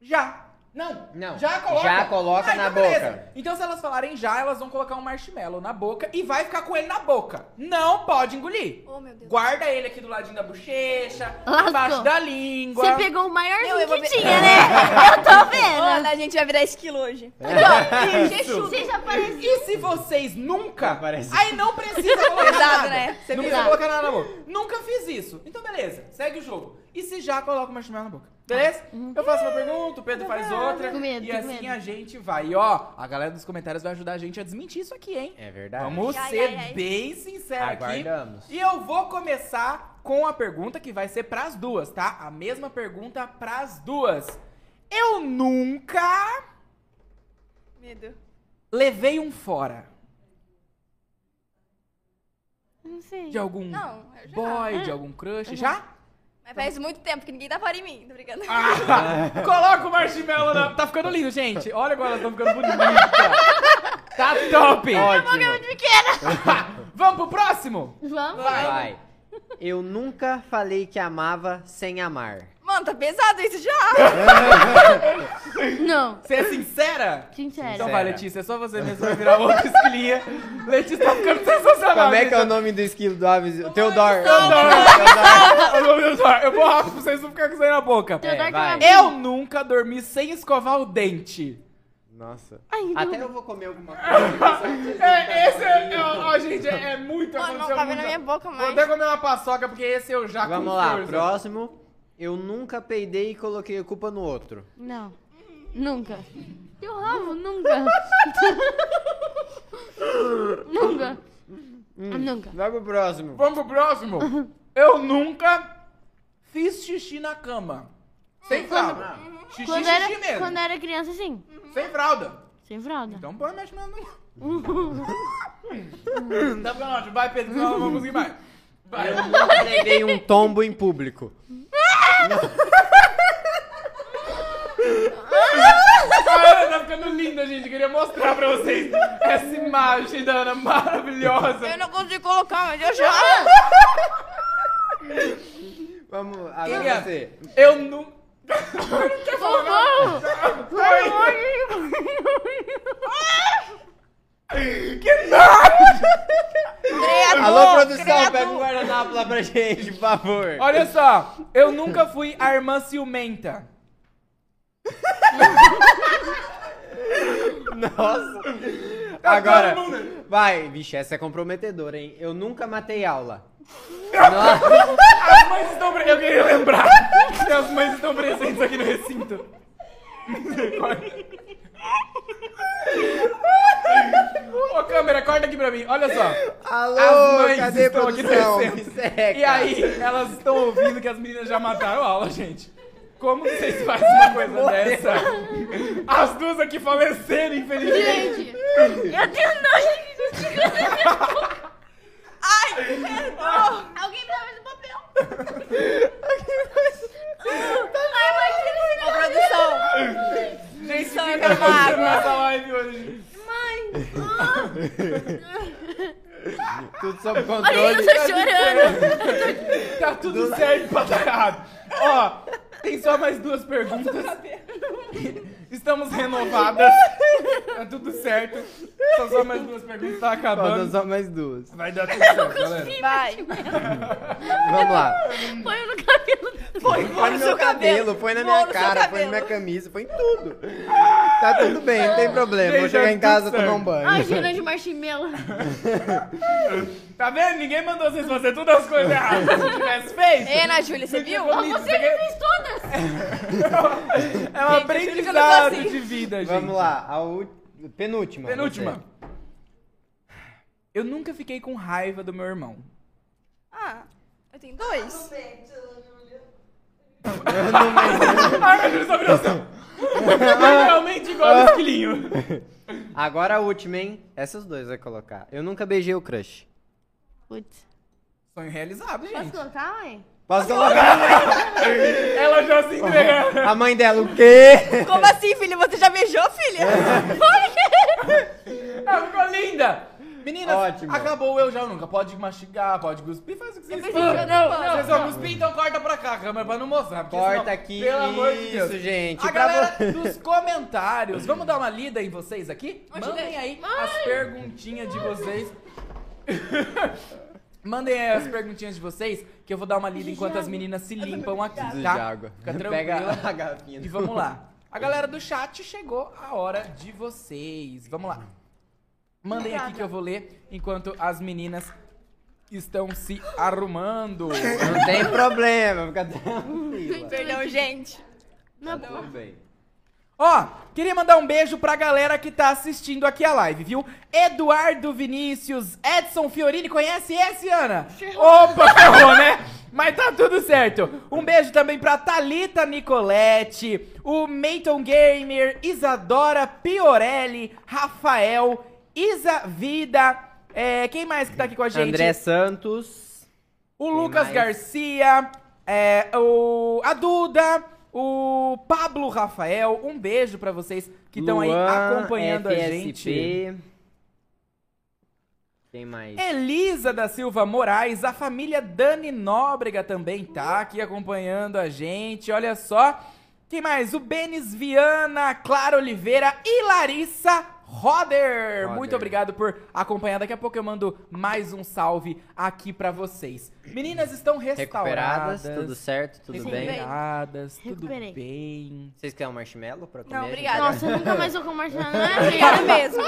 Já. Não,
Não.
Já coloca.
Já coloca na
beleza.
boca.
Então se elas falarem já, elas vão colocar um marshmallow na boca e vai ficar com ele na boca. Não pode engolir.
Oh, meu Deus.
Guarda ele aqui do ladinho da bochecha,
Lascou.
embaixo da língua.
Você pegou o maior
Meu, eu vou
que
ver-
tinha, né? Eu
É,
tô
Olha,
vendo.
a gente vai virar esquilo hoje.
Isso.
Vocês apareceram.
E se vocês nunca,
Parece-
aí não precisa colocar
Pesado,
nada.
né? Você
não
me
precisa
dá.
colocar nada na boca. Nunca fiz isso. Então beleza, segue o jogo. E se já coloca o marshmallow na boca? Beleza? Eu faço uma pergunta, o Pedro faz outra.
Tô com medo,
e
tô com
assim
medo.
a gente vai. E ó, a galera dos comentários vai ajudar a gente a desmentir isso aqui, hein?
É verdade.
Vamos
Ai,
ser
ai, ai.
bem sinceros aqui.
Aguardamos.
E eu vou começar com a pergunta que vai ser pras duas, tá? A mesma pergunta pras duas. Eu nunca
Medo.
levei um fora
Não sei.
de algum
Não, eu já. É.
boy, de algum crush, já?
Mas faz muito tempo que ninguém dá fora em mim, tô brincando.
Ah, coloca o marshmallow na... Tá ficando lindo, gente. Olha agora, elas estão ficando bonitas. Tá top.
Ótimo.
Vamos pro próximo?
Vamos?
Vai. Eu nunca falei que amava sem amar.
Mano, tá pesado isso já.
Não.
Você é sincera? Então
Sincero.
Sincero.
vai, Letícia, é só você mesmo vai virar outra esquilinha. Letícia tá ficando sensacional.
Como é que é o
eu
nome do esquilo do Aves? Teodoro.
não... Meu Deus, eu vou rápido pra vocês não ficarem com isso aí na boca.
Teodoro
É,
que uma
vai.
bicha.
Eu nunca dormi sem escovar o dente.
Nossa.
Ah,
Ai, não.
Até eu vou comer alguma coisa.
É, esse é... é- Ó, gente, é, é muito...
Mano, não
aconteceu
cabe na
muito-
minha boca
Vou
mais.
até comer uma paçoca, porque esse eu já
Vamos
com
lá,
força.
próximo. Eu nunca peidei e coloquei a culpa no outro.
Não. Nunca. Eu amo, nunca. nunca. Nunca.
Vai pro próximo.
Vamos pro próximo? Eu nunca fiz xixi na cama. Sem fralda. Xixi,
Quando
xixi
era,
mesmo.
quando era criança, sim.
Sem fralda.
Sem fralda.
Então põe mais mesmo. tá ficando ótimo. Vai, Pedro, senão eu não vou conseguir mais. Vai.
Eu nunca levei um tombo em público.
A Ana tá ficando linda, gente. Queria mostrar pra vocês essa imagem da Ana maravilhosa.
Eu não consigo colocar, mas eu já.
Vamos, ah,
Quem é?
agora você.
Eu nunca.
Vovô!
É
Credo,
Alô, produção,
credo.
pega um guardanapo lá pra gente, por favor.
Olha só, eu nunca fui a irmã ciumenta.
Nossa.
Tá
Agora,
todo mundo-
vai. Vixe, essa é comprometedora, hein? Eu nunca matei aula. Nossa.
As mães estão presentes. Eu queria lembrar que as mães estão presentes aqui no recinto. Misericórdia. Ô, câmera, corta aqui pra mim. Olha só. As
Alô,
mães
cadê
estão aqui
produção?
no
Me
recinto.
seca.
E aí, elas estão ouvindo que as meninas já mataram a aula, gente. Como que vocês fazem uma coisa dessa? As duas aqui faleceram, infelizmente.
Gente, eu tenho nojo de Ai, perdão! Alguém me dá mais um papel!
Ô, produção.
Gente, o que
Só
tá
tomar
acontecendo
água.
nessa live hoje?
Tudo sob
Olha, eu
controle.
tô chorando!
Tá tudo certo pra dar errado. Ó, tem só mais duas perguntas. Estamos renovadas. Tá tudo certo. São só mais duas perguntas, tá
Faltam
acabando.
só mais duas.
Vai dar tudo certo, galera.
Vai.
Vamos lá.
Põe no cabelo.
Foi
Põe no meu cabelo, põe na minha cara, põe na minha camisa, põe em tudo. Tá tudo bem, não tem problema. Vou
Gente,
chegar em
tá tudo
casa
certo.
tomar um
Ai,
banho.
cheirando de marshmallow.
Tá vendo? Ninguém mandou vocês fazer todas as coisas erradas. Se eu tivesse feito.
Ei, Ana Júlia, você viu?
Bonito,
Você
isso aqui
que fez todas!
É um
Gente, eu juro que eu não tô
aprendizado
assim.
de vida, gente.
Vamos lá, a ú- penúltima.
Penúltima.
você.
Eu nunca fiquei com raiva do meu irmão.
Ah, eu tenho dois.
Ai, meu
tá
Deus, abriu o
assim.
céu. Realmente igual ao esquilinho.
Agora a última, hein? Essas duas vai colocar. Eu nunca beijei o crush.
Putz.
Sonho realizado,
Posso
gente.
colocar, mãe?
Posso colocar?
Ela já se entregando.
A mãe dela, o quê?
Como assim, filho? Você já beijou, filha?
Ela ficou linda. Menina, Meninas,
Ótimo.
acabou o Eu Já ou Nunca. Pode mastigar, pode cuspir, faz o que vocês
pensei
quiserem.
que eu
Não,
não
não,
posso.
Vocês vão cuspir, então corta pra cá, câmera, pra não mostrar. porque
Corta
senão,
aqui,
Pelo amor de
isso,
Deus.
gente.
A
pra
galera
vo-
dos comentários. Vamos dar uma lida em vocês aqui?
Onde
Mandem
tem?
aí as perguntinhas de vocês. Mandem aí as perguntinhas de vocês, que eu vou dar uma lida
Preciso de
enquanto as
água.
meninas se limpam aqui,
Preciso de
tá?
água.
Fica tranquila.
Pega a garrafinha.
E vamos lá. A galera do chat chegou a hora de vocês. Vamos lá. Mandem aqui que eu vou ler enquanto as meninas estão se arrumando.
Não tem problema, fica tranquila.
Perdão, gente.
Tá tudo bem.
Ó, queria mandar um beijo pra galera que tá assistindo aqui a live, viu? Eduardo Vinícius, Edson Fiorini, conhece esse, Ana? Opa, ferrou, né? Mas tá tudo certo. Um beijo também pra Thalita Nicoletti, o Meiton Gamer, Isadora Piorelli, Rafael, Isa Vida, é, quem mais que tá aqui com a gente?
André Santos.
O
Quem
Lucas
mais?
Garcia, é, o, a Duda, o Pablo Rafael, um beijo pra vocês que estão aí
Luan,
acompanhando a
FSP.
gente. É,
Quem mais?
Elisa da Silva Moraes, a família Dani Nóbrega também tá aqui acompanhando a gente, olha só. Quem mais? O Benis Viana, Clara Oliveira e Larissa Roder.
Roder.
Muito obrigado por acompanhar. Daqui a pouco eu mando mais um salve aqui pra vocês. Meninas estão
Recuperadas,
restauradas.
tudo certo, tudo
Sim,
bem?
bem.
Recuperadas, tudo
Recuperei.
bem.
Vocês querem um marshmallow pra comer?
Não, obrigada.
Nossa, eu nunca mais vou compartilhar nada.
Obrigada mesmo.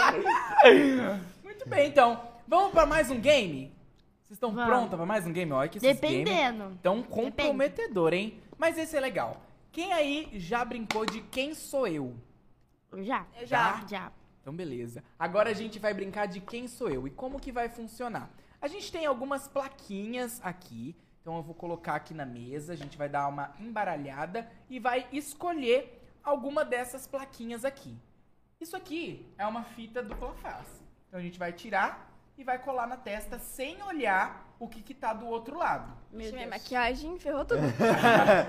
Muito bem, então. Vamos pra mais um game? Vocês estão
Vamos.
prontas pra mais um game? Olha que esses games
Dependendo.
tão comprometedor, hein? Mas esse é legal. Quem aí já brincou de Quem Sou Eu?
Já.
Eu já.
Já.
Então, beleza. Agora a gente vai brincar de quem sou eu e como que vai funcionar. A gente tem algumas plaquinhas aqui. Então, eu vou colocar aqui na mesa. A gente vai dar uma embaralhada e vai escolher alguma dessas plaquinhas aqui. Isso aqui é uma fita dupla face. Então, a gente vai tirar e vai colar na testa sem olhar o que, que tá do outro lado.
Meu
Ixi, minha
Deus.
maquiagem ferrou tudo.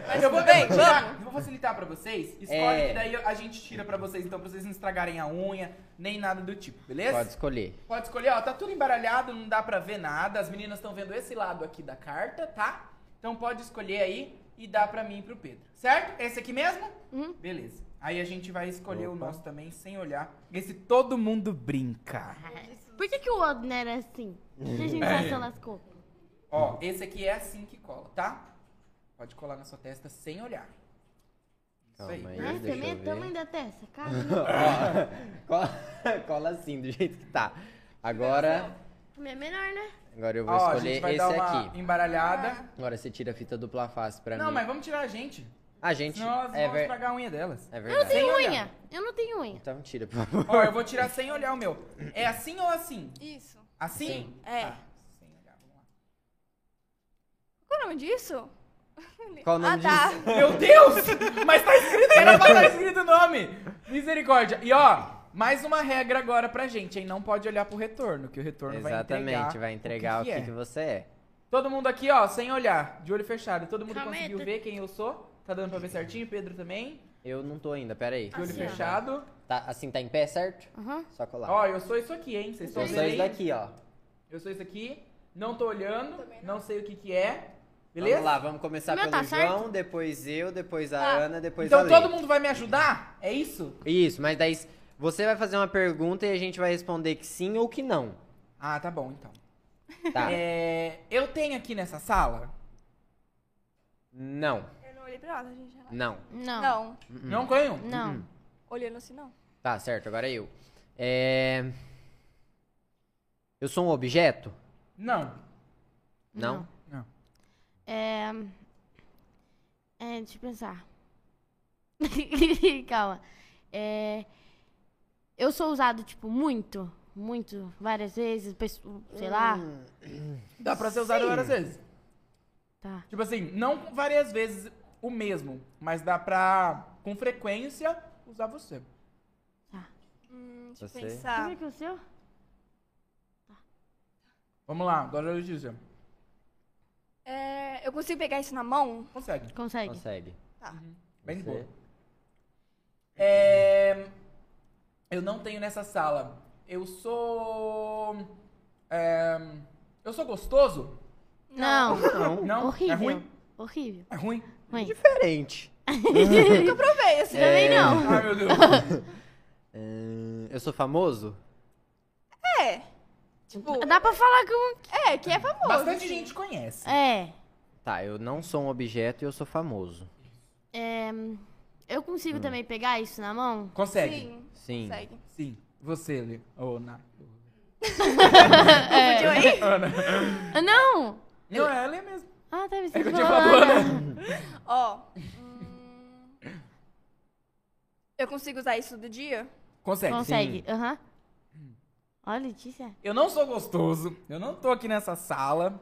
Mas eu vou bem, tirar. Eu vou facilitar pra vocês. Escolhe
É.
que daí a gente tira pra vocês. Então, pra vocês não estragarem a unha, nem nada do tipo, beleza?
Pode escolher.
Pode escolher, ó, tá tudo embaralhado, não dá pra ver nada. As meninas estão vendo esse lado aqui da carta, tá? Então pode escolher aí e dá pra mim e pro Pedro. Certo? Esse aqui mesmo?
Uhum.
Beleza. Aí a gente vai escolher o
Opa.
nosso também sem olhar. Esse todo mundo brinca.
Por que, que o outro não era assim? Por que a
É.
gente só se lascou?
Ó, esse aqui é assim que cola, tá? Pode colar na sua testa sem olhar. Isso
Calma
aí.
aí.
Nossa,
deixa
é
eu
meio
ver.
tamanho da testa, cara.
Ó, cola, cola assim, do jeito que tá. Agora,
Minha é menor, né?
agora eu vou
Ó, a gente
escolher
vai
esse
dar uma
aqui.
embaralhada.
Agora você tira a fita dupla face pra
Não,
mim.
mas vamos tirar a gente.
A gente...
Senão elas
É,
vão
ver-
estragar a unha delas.
é
Eu não
verdade.
tenho
Sem
unha.
olhar.
Eu não tenho unha.
Então tira, por favor.
Ó, eu vou tirar sem olhar o meu. É assim ou assim?
Isso.
Assim?
Sim.
É.
Tá, sem olhar, vamos lá.
Qual o nome disso?
Qual o nome
ah, tá.
disso?
Meu Deus! Mas tá escrito, era pra tá escrito o nome! Misericórdia. E ó, mais uma regra agora pra gente, hein? Não pode olhar pro retorno, que o retorno
Exatamente,
vai entregar
vai entregar o que,
é.
que você é.
Todo mundo aqui, ó, sem olhar, de olho fechado. Todo mundo
Calma aí,
conseguiu
tá-
ver quem eu sou? Tá dando pra ver certinho? Pedro também?
Eu não tô ainda, peraí.
De olho
Assim, ó.
fechado.
Tá, assim, tá em pé, certo?
Aham.
Só colar.
Ó, eu sou isso aqui, hein? Vocês estão
eu
vendo
sou
aí?
isso daqui, ó.
Eu sou isso aqui. Não tô olhando,
Também
não sei o que que é. Beleza?
Vamos lá, vamos começar
Meu
pelo
tá certo?
João, depois eu, depois a
Tá.
Ana, depois a
Então
Lê.
todo mundo vai me ajudar? É isso?
Isso, mas daí você vai fazer uma pergunta e a gente vai responder que sim ou que não.
Ah, tá bom, então.
Tá?
É, eu tenho aqui nessa sala?
Não,
Eu não olhei pra ela, gente. ela-
não.
Não.
Não.
Não tenho?
Hum.
Não.
Olhando assim, não.
Tá, certo, agora eu. É... Eu sou um objeto?
Não.
Não.
Não.
Não.
É... é. Deixa eu pensar. Calma. É... Eu sou usado, tipo, muito. Muito. Várias vezes. pe- Sei lá.
Dá pra ser usado
Sim.
várias vezes.
Tá.
Tipo assim, não várias vezes o mesmo, mas dá pra, com frequência, usar você.
Hum, deixa eu
Você?
Como
pensar.
é que é o seu?
Vamos lá, agora a Letícia.
É, eu consigo pegar isso na mão?
Consegue.
Consegue.
Consegue.
Bem de
Você.
boa. É... Eu não tenho nessa sala. Eu sou é, eu sou gostoso?
Não.
Não,
Não?
Horrível.
É ruim?
Horrível.
É ruim?
Ruim.
diferente.
Nunca provei assim.
É.
Também não.
Ai, meu Deus.
Ahn, Hum, eu sou famoso?
É. Tipo,
Dá pra falar com. um-
é, que é famoso.
Bastante
assim.
gente conhece.
É.
Tá, eu não sou um objeto e eu sou famoso.
Eu
Hum.
consigo também pegar isso na mão?
Consegue?
Sim,
Sim.
consegue.
Sim. Você, Lê. Ô, na.
É.
Confundiu aí?
Ana.
Ah, Não!
Não, é Lê mesmo.
Ah, tá me
É que eu
sentindo
tinha
falando.
falado.
Ó. hum, eu consigo usar isso do dia?
Consegue.
Consegue. Aham. Ó, Letícia.
Eu não sou gostoso. Eu não tô aqui nessa sala.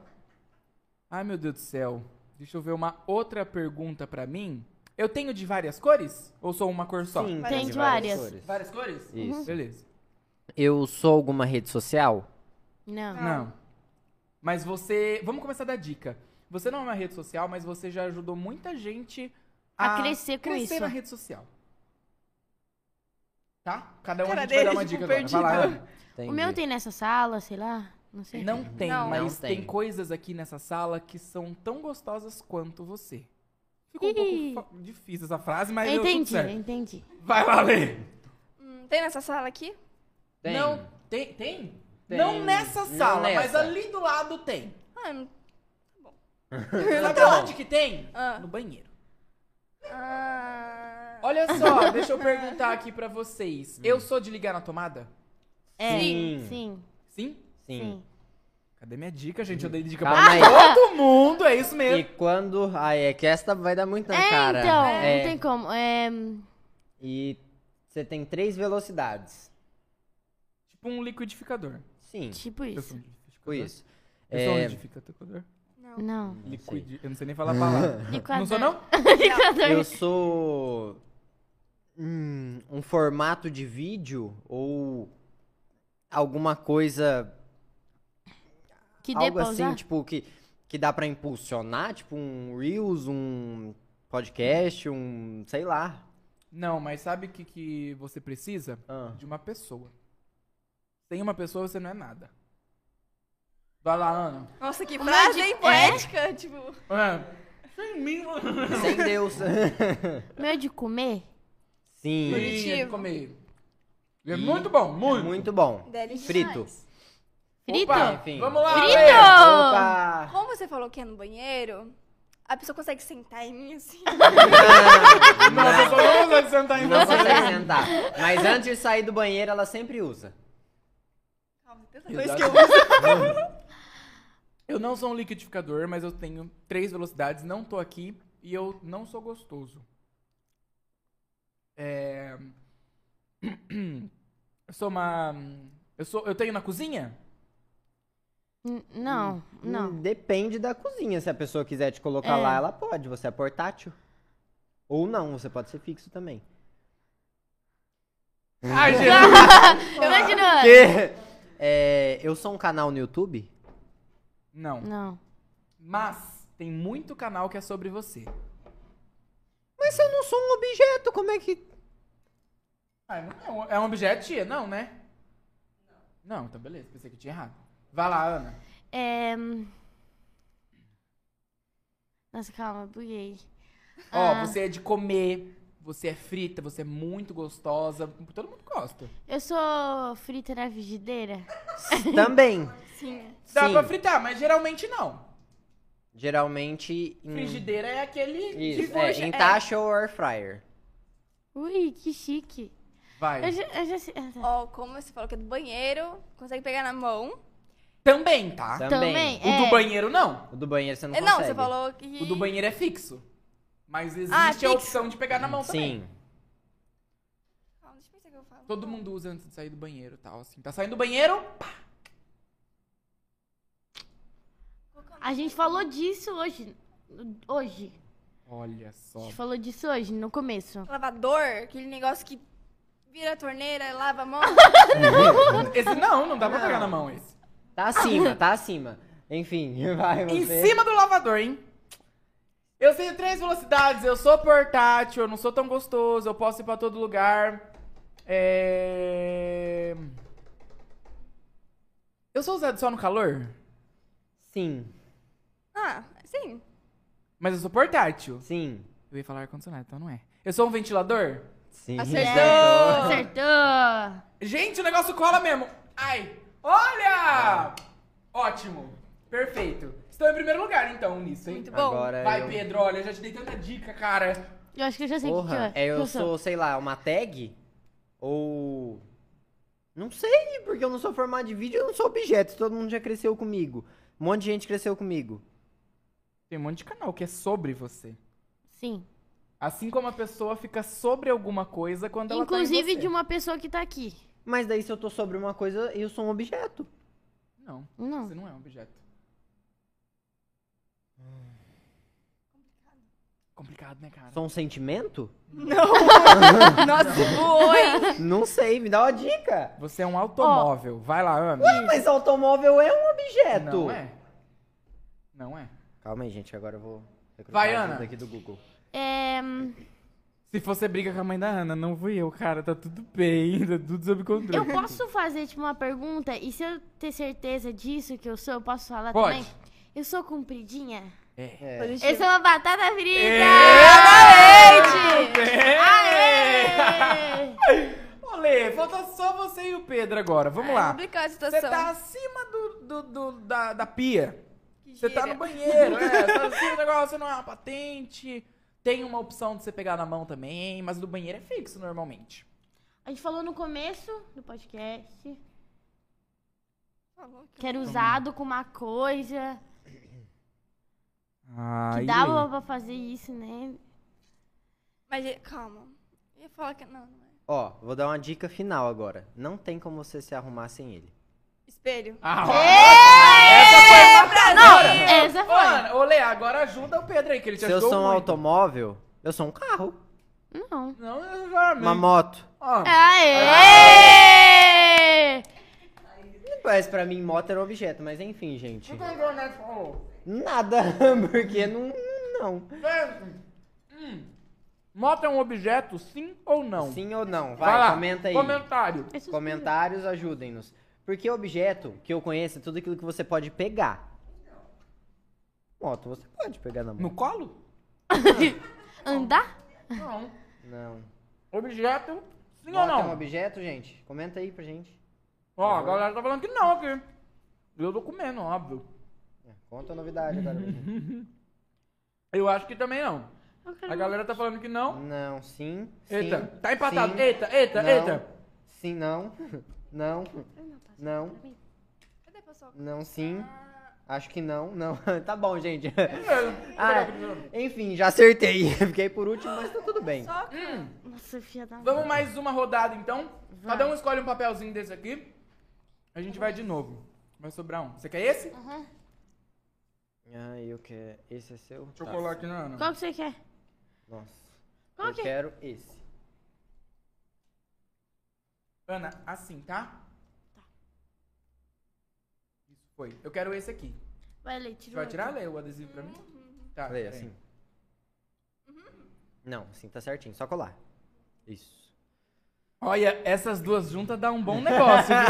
Ai, meu Deus do céu. Deixa eu ver uma outra pergunta pra mim. Eu tenho de várias cores? Ou sou uma cor só?
Sim,
Tem
tem
de
de várias.
várias.
cores.
Várias cores? Uhum.
Isso.
Beleza.
Eu sou alguma rede social?
Não.
Não. Mas você. Vamos começar da dica. Você não é uma rede social, mas você já ajudou muita gente a,
A crescer com
crescer
isso.
na rede social. Tá? Cada um
Cara
a gente vai dar
dele,
uma
tipo,
dica agora. Vai lá,
perdido.
Ana.
O meu tem nessa sala, sei lá. Não sei.
Não tem,
Não.
mas
Não
tem.
tem.
coisas aqui nessa sala que são tão gostosas quanto você. Ficou um
Ih.
pouco fa- difícil essa frase, mas deu tudo
entendi,
certo.
entendi.
Vai lá, Lê.
Hum, tem nessa sala aqui?
Tem.
Não, tem, tem?
Tem.
Não nessa
Não
sala, mas
nessa.
ali do lado tem.
Ah, não.
Sabe onde que tem?
Ah.
No banheiro.
Ah,
Olha só, deixa eu perguntar aqui pra vocês.
Hum.
Eu sou de ligar na tomada?
É,
Sim.
sim,
Sim?
sim.
Sim.
Cadê minha dica, gente? Eu dei dica
Calma aí.
pra todo mundo, é isso
E
mesmo.
quando. Ah, é que esta vai dar muito na
É,
cara.
então,
É,
não tem como. É,
E você tem três velocidades.
Tipo um liquidificador.
Sim.
tipo
Eu
isso.
sou um liquidificador.
Tipo isso.
Eu sou um
É,
liquidificador.
não.
Não.
não sei.
Liquid... Eu não sei nem falar a palavra. Não sou não?
tá
Eu sou. hum, um formato de vídeo ou alguma coisa.
Que dê
algo
pra
assim,
usar?
tipo, que, que dá pra impulsionar, tipo um Reels, um podcast, um. sei lá.
Não, mas sabe o que, que você precisa?
Ah.
De uma pessoa. Sem uma pessoa você não é nada. Vai lá, Ana.
Nossa, que
Uma
frase,
dica-
hein? Poética, tipo...
É. Sem mim, mano.
Sem Deus.
Meu de comer?
Sim.
Bonitinha de
Positivo.
comer. É
E-
muito bom, muito.
Muito bom.
Delicioso.
Frito.
Frito?
Opa,
Enfim.
Vamos lá,
Frito!
Lê.
Opa!
Como você falou que é no banheiro, a pessoa consegue sentar em mim, assim.
Nossa, só não tá consegue sentar em
Não é
você.
consegue sentar. Mas antes de sair do banheiro, ela sempre usa.
Calma, pensa
Exato.
coisa é que eu uso.
Eu não sou um liquidificador, mas eu tenho três velocidades, não tô aqui e eu não sou gostoso. É... Eu sou uma. Eu, sou... eu tenho na cozinha?
N- Não, não.
Hum, Depende da cozinha. Se a pessoa quiser te colocar
É.
lá, ela pode. Você é portátil. Ou não, você pode ser fixo também.
Ai, gente.
Continua.
Que? É, eu sou um canal no YouTube?
Não.
Não.
Mas tem muito canal que é sobre você.
Mas eu não sou um objeto, como é que.
Ah, não é, um, é um objeto, tia? Não, né? Não, então beleza, pensei que eu tinha errado. Vai lá, Ana.
É... hum. Nossa, calma, buguei.
Ó, você é de comer, você é frita, você é muito gostosa. Todo mundo gosta.
Eu sou frita na frigideira?
Também.
Sim.
Dá
Sim.
pra fritar, mas geralmente não.
Geralmente. Em...
Frigideira é aquele.
Hum. Isso,
que
é,
puxa-
em taxa ou air fryer.
Ui, que chique. Eu
Vai.
já, eu já sei. ah, tá.
Ó, como você falou que é do banheiro, consegue pegar na mão.
Também, tá?
Também.
Também.
O do
É.
banheiro não.
O do banheiro você não
É,
consegue.
não, você falou que...
O do banheiro é fixo. Mas existe
Ah,
a
fixo.
opção de pegar na mão também.
Sim.
Calma, deixa eu pensar o que eu falo.
Todo mundo usa antes de sair do banheiro e tal, assim. Tá saindo do banheiro? Pá.
A gente falou disso hoje. Hoje.
Olha só.
A gente falou disso hoje, no começo.
Lavador, aquele negócio que vira a torneira e lava a mão.
Esse não, não dá pra
Não.
pegar na mão esse.
Tá acima, tá acima. Enfim, vai
Em
você.
cima do lavador, hein? Eu tenho três velocidades, eu sou portátil, eu não sou tão gostoso, eu posso ir pra todo lugar. É... Eu sou usado só no calor,
Sim,
Ah, sim.
mas eu sou portátil.
sim,
Eu ia falar ar-condicionado, então não é. Eu sou um ventilador?
sim.
Acertou!
Acertou!
Gente, o negócio cola mesmo. Ai, olha! Ótimo, perfeito. Estou em primeiro lugar, então, nisso, hein?
Muito bom.
Agora
Vai,
eu...
Pedro, olha, eu já te dei tanta dica, cara.
Eu acho que eu já sei o que que
Porra,
eu,
é, eu
que
sou, sei lá, uma tag? Ou. Não sei, porque eu não sou formado de vídeo, eu não sou objeto. Todo mundo já cresceu comigo. Um monte de gente cresceu comigo.
Tem um monte de canal que é sobre você.
Sim.
Assim como a pessoa fica sobre alguma coisa quando ela tá
Inclusive
em você.
de uma pessoa que tá aqui.
Mas daí, se eu tô sobre uma coisa, eu sou um objeto.
Não,
Não.
você não é um objeto. Complicado, né, cara?
Sou um sentimento?
Nossa, voou, hein?
não sei, me dá uma dica.
Você é um automóvel. Vai lá, Ana.
Mas automóvel é um objeto.
Não é. Não é.
Calma aí, gente, agora eu vou. recrutar
Vai,
a
Ana.
ajuda aqui do Google.
É, hum,
Se você briga com a mãe da Ana, não fui eu, cara. Tá tudo bem, tá tudo sob controle.
eu posso fazer tipo, uma pergunta e se eu ter certeza disso que eu sou, eu posso falar
Pode.
também? Eu sou compridinha?
É.
Eu sou uma batata frita! Aê!
Olê, falta só você e o Pedro agora. Vamos lá.
Complicada É a situação.
Você tá acima do, do- do- da, da pia.
Que
Você tá
gíria.
no banheiro, é. Tá assim, o negócio não é uma patente. Tem uma opção de você pegar na mão também, mas o do banheiro é fixo normalmente.
A gente falou no começo do podcast
Falou que
que era
Uhum.
usado com uma coisa.
Ah,
Que dava pra fazer isso, né?
Mas eh, calma. Eu ia falar que. Não, não é.
Ó, vou dar uma dica final agora. Não tem como você se arrumar sem ele.
Espelho.
Ah, Essa foi matadora.
Essa
Ô,
foi.
Ana, Olê, agora ajuda o Pedro aí, que ele te
Se eu
ajudou
sou um
muito.
automóvel, eu sou um carro.
Não.
Não, eu já amei.
Uma moto.
Ó,
Aê!
Mas pra mim, moto era um objeto, mas enfim, gente.
não pegou, né? Falou.
Nada, porque não. Não.
Vem. Hum. Moto é um objeto, sim ou não?
Sim ou não?
Vai,
Vai,
lá.
comenta aí.
Comentário.
Comentários ajudem-nos. Porque objeto que eu conheço é tudo aquilo que você pode pegar. Moto, você pode pegar na mão.
No colo?
Andar?
Não.
Não.
Objeto, sim ou
Moto é
não?
um objeto, gente? Comenta aí pra gente.
Ó, a galera tá falando que não aqui. Eu tô comendo, óbvio.
É, Conta a novidade agora. pra gente.
Eu acho que também não.
Eu quero-
A galera tá falando que não.
Não, sim. sim,
Eita, tá empatado.
sim,
Eita, eita,
não,
eita.
Sim, não. Não. Não.
Cadê, pessoal?
Não, sim. Acho que não. Não. Tá bom, gente. Ah,
Ah.
enfim, já acertei. Fiquei por último, mas tá tudo bem.
Só que.
Nossa, filha da
Vamos mais uma rodada então. Cada um escolhe um papelzinho desse aqui. A gente vai de novo. Vai sobrar um. Você quer esse?
Tá. Ah, eu quero. Esse é seu?
Deixa eu colar aqui na Ana.
Qual que você quer?
Nossa.
Qual
eu
que é?
quero esse.
Ana, assim, tá? Isso foi. Eu quero esse aqui.
Vai, Lê,
Você
tira
vai
o
tirar, Lê, o adesivo pra mim? Tá.
Lê,
peraí.
assim. Não, assim tá certinho. Só colar. Isso.
Olha, essas duas juntas dá um bom negócio, viu?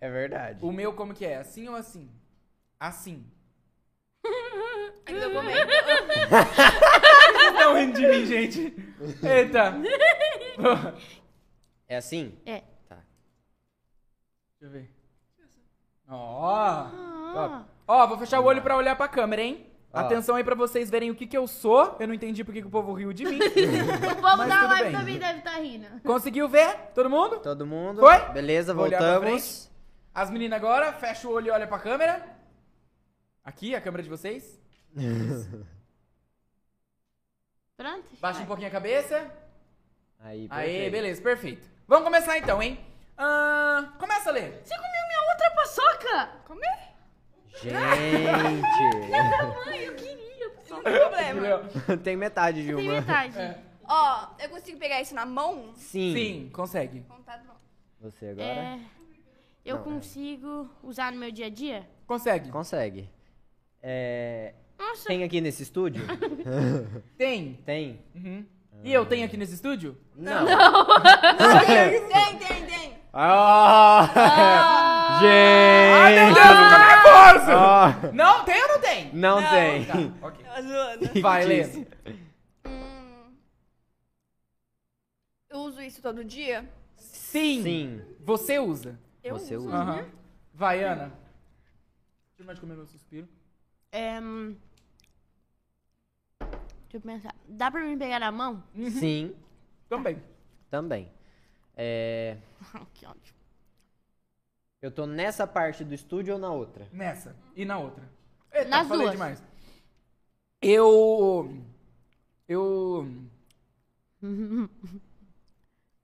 É verdade.
O meu como que é? Assim ou assim? Assim.
Ainda vou meio.
Não Tá rindo de mim, gente. Eita. Deixa
É assim?
outro. É.
Tá.
eu ver. Ó.
Ah.
Ó, vou fechar o olho pra olhar pra câmera, hein?
Ó.
Atenção aí pra vocês verem o que que eu sou. Eu não entendi porque que o povo riu de mim.
O povo
Mas
da
tudo
live
bem.
também deve estar rindo.
Conseguiu ver? Todo mundo?
Todo mundo.
Foi?
Beleza,
Vou olhar pra
voltamos.
As meninas agora, fecha o olho e olha pra câmera. Aqui, a câmera de vocês.
Pronto?
Baixa um pouquinho a cabeça.
Aí,
Aê,
perfeito.
beleza, perfeito. Vamos começar então, hein? Ahn, começa a ler.
Você comeu minha outra paçoca? Comi?
É.
Gente.
Ai, eu queria.
Não tem um problema.
Tem metade de
Tem
uma.
metade.
Ó, eu consigo pegar isso na mão?
Sim.
Sim, consegue.
Contado não.
Você agora
É,
né?
Não, é.
eu consigo usar no meu dia a dia?
Consegue.
consegue. É,
Nossa,
Tem aqui nesse estúdio?
Tem.
Tem?
Uhum. E eu tenho aqui nesse estúdio?
Não.
Tem, tem, tem.
Ah!
Ai, meu Deus, eu tô nervoso!
Ó,
Não, tem ou não tem?
Ah. não,
Não,
tem.
Tá, ok.
Tá zoando.
Vai, Lê.
Fictício.
Hum. Eu uso isso todo dia?
Sim.
Sim.
Você usa.
Eu
Você
uso.
usa.
Aham. Vai, Ana. Deixa eu mais comer meu suspiro.
É, hum, Deixa eu pensar. Dá pra mim pegar na mão?
Uhum.
Sim,
Também.
também. É,
que ótimo.
eu tô nessa parte do estúdio ou na outra?
Nessa. E na outra. Eita,
Nas
falei
duas.
demais. Eu. Eu.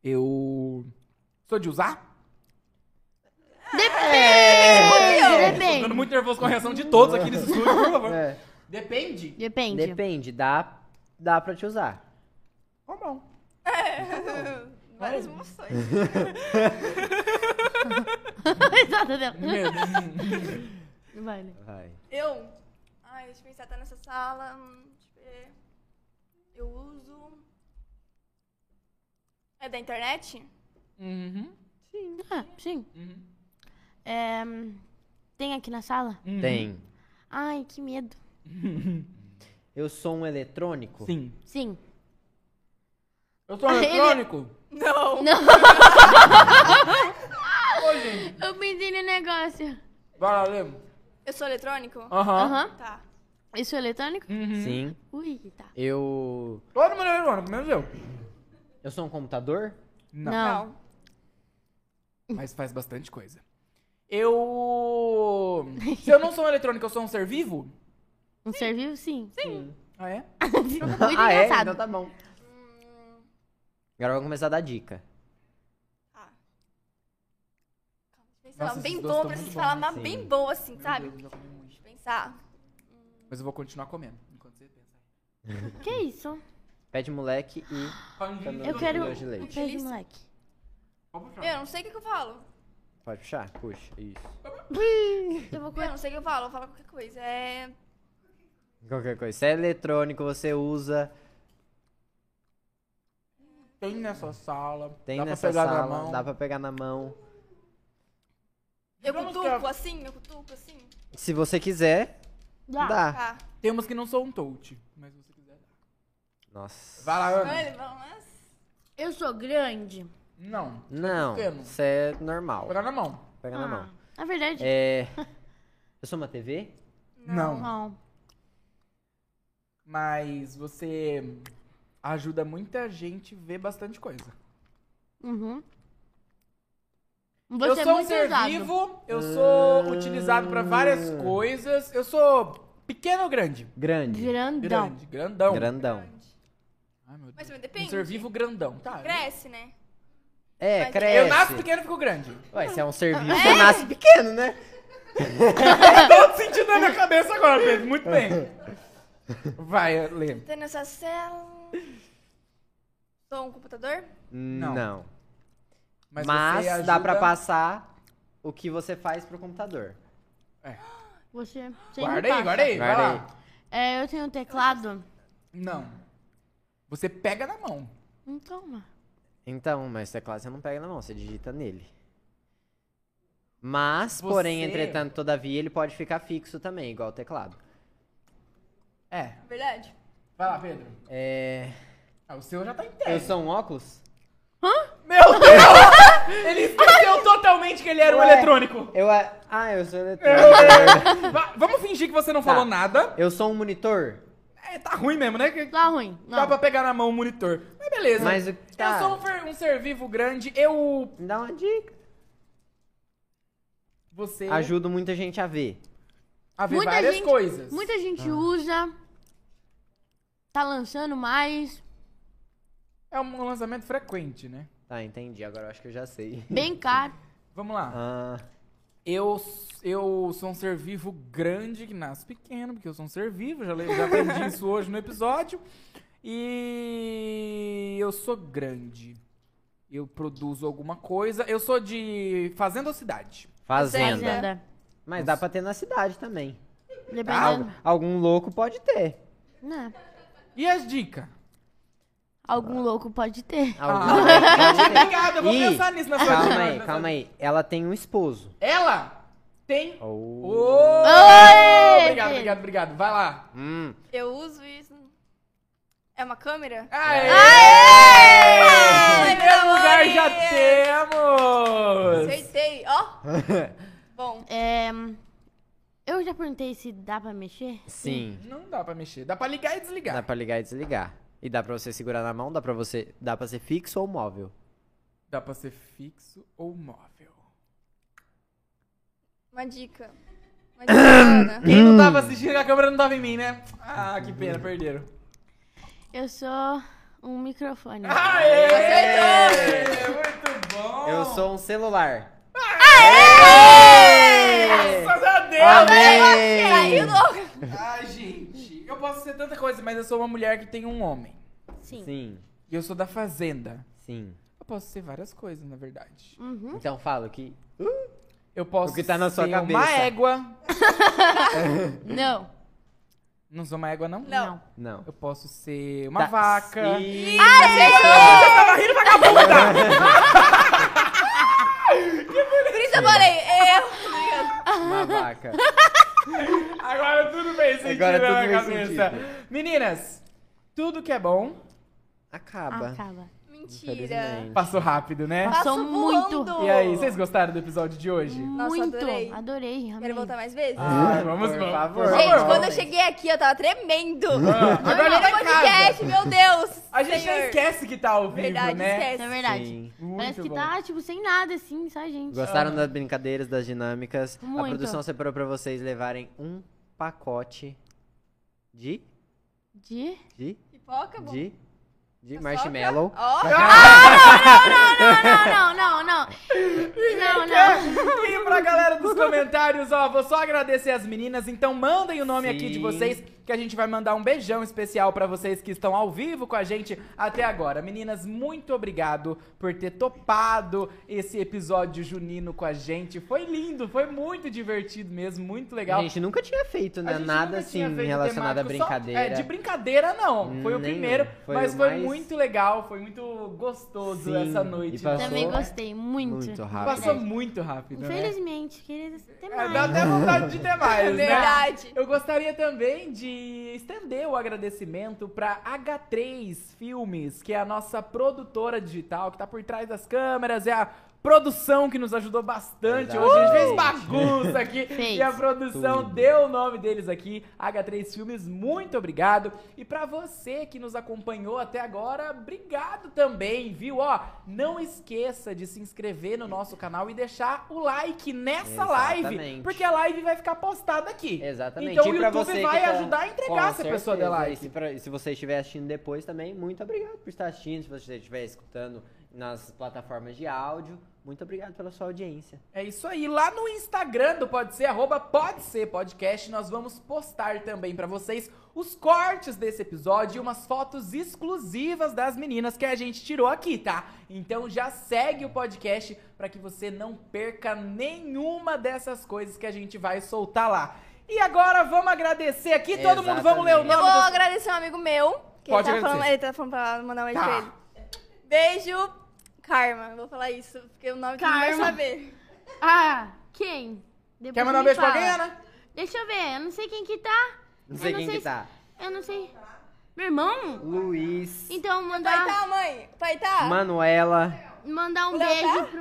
Eu. Sou de usar?
É.
Tô ficando
Depende!
muito nervoso com a reação de todos aqui nesse estúdio, por favor.
É,
Depende.
Depende. Depende.
depende, dá, dá pra te usar.
Tá
Ou não.
Várias
Hum.
emoções.
Medo.
Vai, né?
Vai.
Eu? Ai, deixa eu pensar, tá nessa sala. hum, Deixa eu ver. Eu uso. É da internet?
Uhum.
Ah, sim.
Uhum.
É, hum, tem aqui na sala?
Uhum.
Tem.
Ai, que medo.
Eu sou um eletrônico?
Sim.
Sim.
Eu sou um
Ele- é
eletrônico?
Não.
Ô, gente.
Eu pensei no negócio.
Vai lá, Lê.
Eu sou eletrônico?
Aham.
Aham.
Tá.
Isso é eletrônico?
Uhum.
Sim.
Ui, tá.
Eu.
Todo mundo é eletrônico, menos eu.
Eu sou um computador?
Não.
Mas faz bastante coisa. Eu. Se eu não sou um eletrônico, eu sou um ser vivo?
Um ser vivo, sim.
Ah, é?
Muito
ah, é?
engraçado.
Então tá bom. Hum. Agora vamos começar a dar dica.
Tá. Calma, deixa eu pensar
Nossa,
uma
esses
bem
dois
boa,
tão
pra
muito
vocês falar
bons,
uma
sim.
bem boa, assim, sabe?
Meu Deus, eu já comi muito.
Deixa eu pensar.
Mas eu vou continuar comendo enquanto você pensa.
Que isso?
Pé de moleque e
Eu
Não,
quero
doce de leite.
um peixe, moleque.
Ah.
Eu não sei o que, que eu falo.
Pode puxar? Puxa, isso.
Eu vou
Eu
cortar.
não sei o que eu falo, eu falo qualquer coisa. É.
Qualquer coisa. Se é eletrônico, você usa.
Tem nessa sala.
Tem
dá
nessa
pra pegar
sala,
na mão.
dá pra pegar na mão.
Eu
Digamos
cutuco
que a-
assim, eu cutuco assim.
Se você quiser,
Dá.
Ah.
dá.
Tá.
Tem umas que não são um touch, mas se você quiser. dá.
Nossa.
Vai lá,
Não,
Ana.
ele fala, mas.
Eu sou grande.
Não.
Não,
Pequeno.
isso é normal.
Pegar na mão.
Pega
Ah,
na mão.
Na verdade,
É. Eu sou uma TV?
Não.
não.
Mas você ajuda muita gente a ver bastante coisa.
Uhum. Você
eu
é
sou um
muito
ser
usado.
vivo, eu sou utilizado pra
Ah.
várias coisas. Eu sou pequeno ou grande?
Grande.
Grandão.
Grande, grandão.
Grandão.
Ai, meu Deus.
Mas também
Um
depende.
ser vivo grandão. Tá.
Cresce, né?
É,
Mas-
cresce.
Eu nasço pequeno e fico grande.
Ué, se é um serviço, você nasce pequeno, né?
Todo sentido na minha cabeça agora, Pedro. Muito bem. Vai, Lê.
Tem Tá nessa cela. Sou um computador?
Não. Mas,
você
dá
ajuda-
pra passar o que você faz pro computador.
Você sempre
Guarda aí,
passa.
guarda aí. Vai
Guarda
lá.
É, eu tenho um teclado.
Não. Você pega na mão.
Não toma.
Então, mas teclado você não pega na mão, você digita nele. Mas,
Você-
porém, entretanto, todavia, ele pode ficar fixo também, igual o teclado.
É.
Na verdade?
Vai lá, Pedro.
É...
Ah, o seu já tá
Eu
inteiro.
sou um óculos?
Meu Deus! ele esqueceu totalmente que ele era um
Ué.
eletrônico.
Eu... é- Ah, eu sou eletrônico.
Va- Vamos fingir que
Tá.
você não falou nada.
eu sou um monitor?
É, tá ruim mesmo, né? Que
Tá ruim.
dá
Não.
pra pegar na mão o monitor. Mas beleza.
Mas o- tá.
Eu sou um, fer- um ser vivo grande, eu.
Me Dá uma dica.
Você.
Ajudo muita gente a ver.
A ver
Muita
várias
gente,
coisas.
Muita gente usa. Tá lançando mais.
É um lançamento frequente, né?
Tá, entendi. Agora eu acho que eu já sei.
Tá.
Bem caro.
Vamos lá.
Ah,
Eu, s- eu sou um ser vivo grande que nasce pequeno, porque eu sou um ser vivo, já, le- já aprendi isso hoje no episódio. E eu sou grande. Eu produzo alguma coisa. Eu sou de fazenda ou cidade?
fazenda.
Fazenda.
Fazenda.
Mas dá pra ter na cidade também. Tá,
Tá
Dependendo.
Algum louco pode ter.
Não.
E as dicas?
Algum louco pode ter.
Alguma
Ah,
coisa tem.
obrigado, eu vou
Ih,
pensar nisso na sua
Calma aí, calma aí. Ela tem um esposo.
Ela tem.
Oh.
Ô,
Oi,
Obrigado,
filho.
obrigado, obrigado. Vai lá.
Hum.
Eu uso isso. É uma câmera?
Aê!
Aê!
Primeiro lugar
Aê!
já temos!
Acertei, ó. Bom,
É, eu já perguntei se dá pra mexer.
Sim.
Não dá pra mexer. Dá pra ligar e desligar.
Dá pra ligar e desligar. E dá pra você segurar na mão, dá pra você. Dá pra ser fixo ou móvel.
Dá pra ser fixo ou móvel.
uma dica. Uma dica, Ana.
Quem não tava assistindo, a câmera não tava em mim, né? Ah, que pena, perderam.
Eu sou um microfone.
Aê!
Acertou!
Muito bom!
Eu sou um celular.
Graças a Deus!
Caiu
Amém!
logo.
Ah, gente, eu posso ser tanta coisa, mas eu sou uma mulher que tem um homem.
Sim.
Sim,
E eu sou da fazenda.
sim.
Eu posso ser várias coisas, na verdade.
Uhum.
Então fala o que.
Eu posso
O que tá na sua
ser
cabeça.
uma égua.
Não.
Não sou uma égua, não?
Não.
Não.
Eu posso ser uma
Tá.
vaca.
E-
Por isso eu falei, eu.
Uma vaca.
Agora tudo bem sentido
Agora tudo
na
fez
minha cabeça.
sentido.
Meninas, tudo que é bom
Acaba.
Acaba.
Mentira.
Infelizmente.
passou rápido, né?
Passou
Passo
muito.
voando.
E aí, vocês gostaram do episódio de hoje?
Hum.
Nossa,
muito.
adorei.
Adorei. amei.
Quero voltar mais vezes?
Ah, vamos,
por
vamos.
favor.
por
Gente,
favor.
quando eu cheguei aqui, eu tava tremendo.
Agora já tá em
Primeiro podcast, meu Deus.
A gente não
Senhor.
esquece que tá ao vivo,
Verdade,
né?
Isso é
esquece.
verdade.
Sim.
Muito
Parece que
bom.
tá, tipo, sem nada, assim, só a gente.
Gostaram das brincadeiras, das dinâmicas? A
Muito.
produção separou pra vocês levarem um pacote de.
De...
de.
Tá
Pipoca, bom.
de. de
Paçoca.
marshmallow.
Ó.
Ah!
Não, não, não. Não, não.
E pra galera dos comentários, ó, vou só agradecer as meninas, então mandem o nome
Sim.
aqui de vocês, que a gente vai mandar um beijão especial pra vocês que estão ao vivo com a gente até agora. Meninas, muito obrigado por ter topado esse episódio junino com a gente. Foi lindo, foi muito divertido mesmo, muito legal.
A gente nunca tinha feito,
A
né?
gente
Nada
nunca
assim
tinha feito
relacionado à
temático, só-
brincadeira.
é, de brincadeira não, foi o
Nenhum.
primeiro,
Foi
mas
o
foi
mais-
muito legal, foi muito gostoso
Sim,
essa
e
noite. né?
passou-
Também gostei muito.
Muito
Passou
rápido.
muito rápido, né?
Infelizmente, queria ter
É,
mais.
dá até vontade de ter mais, né?
Verdade.
Eu gostaria também de estender o agradecimento para H3 Filmes, que é a nossa produtora digital, que tá por trás das câmeras, é a produção que nos ajudou bastante. Hoje a gente fez bagunça aqui
Fez.
e a produção
Tudo.
deu o nome deles aqui. H3 Filmes, muito obrigado. E para você que nos acompanhou até agora, obrigado também, viu? Ó, não esqueça de se inscrever no nosso canal e deixar o like nessa live,
Exatamente. É
porque a live vai ficar postada aqui.
Exatamente.
Então
e
o
pra
YouTube
você que
vai
tá-
ajudar a entregar
Com
se a pessoa
certeza.
der
E se,
like.
pra- se você estiver assistindo depois também, muito obrigado por estar assistindo. Se você estiver escutando nas plataformas de áudio, muito obrigado pela sua audiência.
É isso aí. Lá no Instagram do Pode Ser, arroba Pode Ser Podcast, nós vamos postar também pra vocês os cortes desse episódio e umas fotos exclusivas das meninas que a gente tirou aqui, tá? Então já segue o podcast pra que você não perca nenhuma dessas coisas que a gente vai soltar lá. E agora vamos agradecer aqui, todo mundo, vamos ler o nome
Exatamente.
Eu vou
das-
agradecer um amigo meu. Que
Pode
ele, tá falando,
agradecer.
ele tá falando pra mandar um beijo
Tá.
pra ele. Beijo, Karma. Vou falar isso, porque o nome que não vai
Karma.
saber.
Ah, quem? Depois
Quer mandar um
me
beijo pra
fala.
alguém, Ana?
Deixa eu ver, eu não sei quem que tá.
Não sei
eu
quem
não sei
que tá.
se- Eu não sei. Meu irmão?
Luiz,
Então,
Vai
mandar,
tá, mãe? Vai tá?
Manuela.
mandar um
Léo
beijo
tá?
pro...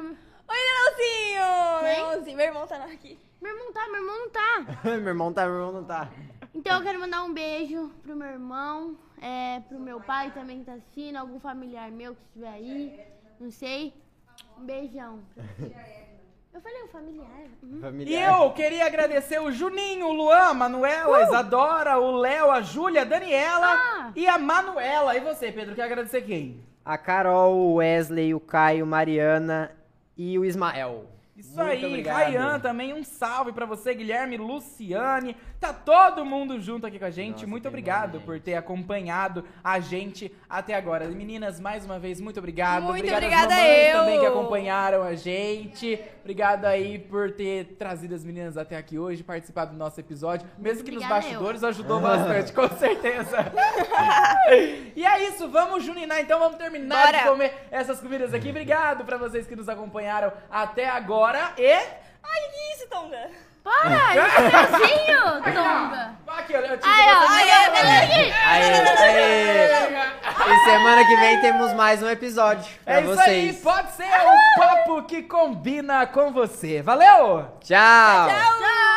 Oi, Leonzinho!
Quem?
Leonzinho, meu irmão tá aqui.
Meu irmão tá, meu irmão não tá.
meu irmão tá, meu irmão não tá.
Então, eu quero mandar um beijo pro meu irmão, é, pro meu pai também que tá assistindo, algum familiar meu que estiver aí, não sei. Um beijão. pra você. Eu falei um familiar. Uhum.
E
Familiar.
eu queria agradecer o Juninho, o Luan, a Manuela, a Isadora, o Léo, a Júlia, a Daniela
Ah.
e a Manuela. E você, Pedro, quer agradecer quem?
A Carol, o Wesley, o Caio, Mariana e o Ismael.
Isso
Muito
aí,
obrigado.
Rayan também, um salve pra você, Guilherme, Luciane. Tá todo mundo junto aqui com a gente.
Nossa,
muito
que
obrigado
enorme,
por ter acompanhado a gente até agora. Meninas, mais uma vez, muito obrigado.
Muito
obrigado
obrigada
às mamães
eu.
também que acompanharam a gente. Obrigado aí por ter trazido as meninas até aqui hoje, participado do nosso episódio. Mesmo que nos
Ah.
obrigada eu.
bastidores ajudou bastante, com certeza. E é isso, vamos juninar então, vamos terminar de
Bora.
comer essas comidas aqui. Obrigado pra vocês que nos acompanharam até agora e...
Ai, que isso, Tonga?
Para, devagarzinho, Tonga.
Aqui, olha, eu tive
Aí, ó.
Ai,
Aí,
ai,
ó. tá pera aí.
Aê, aê. E semana que vem temos mais um episódio pra
É isso
vocês.
aí, um pode ser o papo que combina com você. Valeu!
Tchau!
Tchau!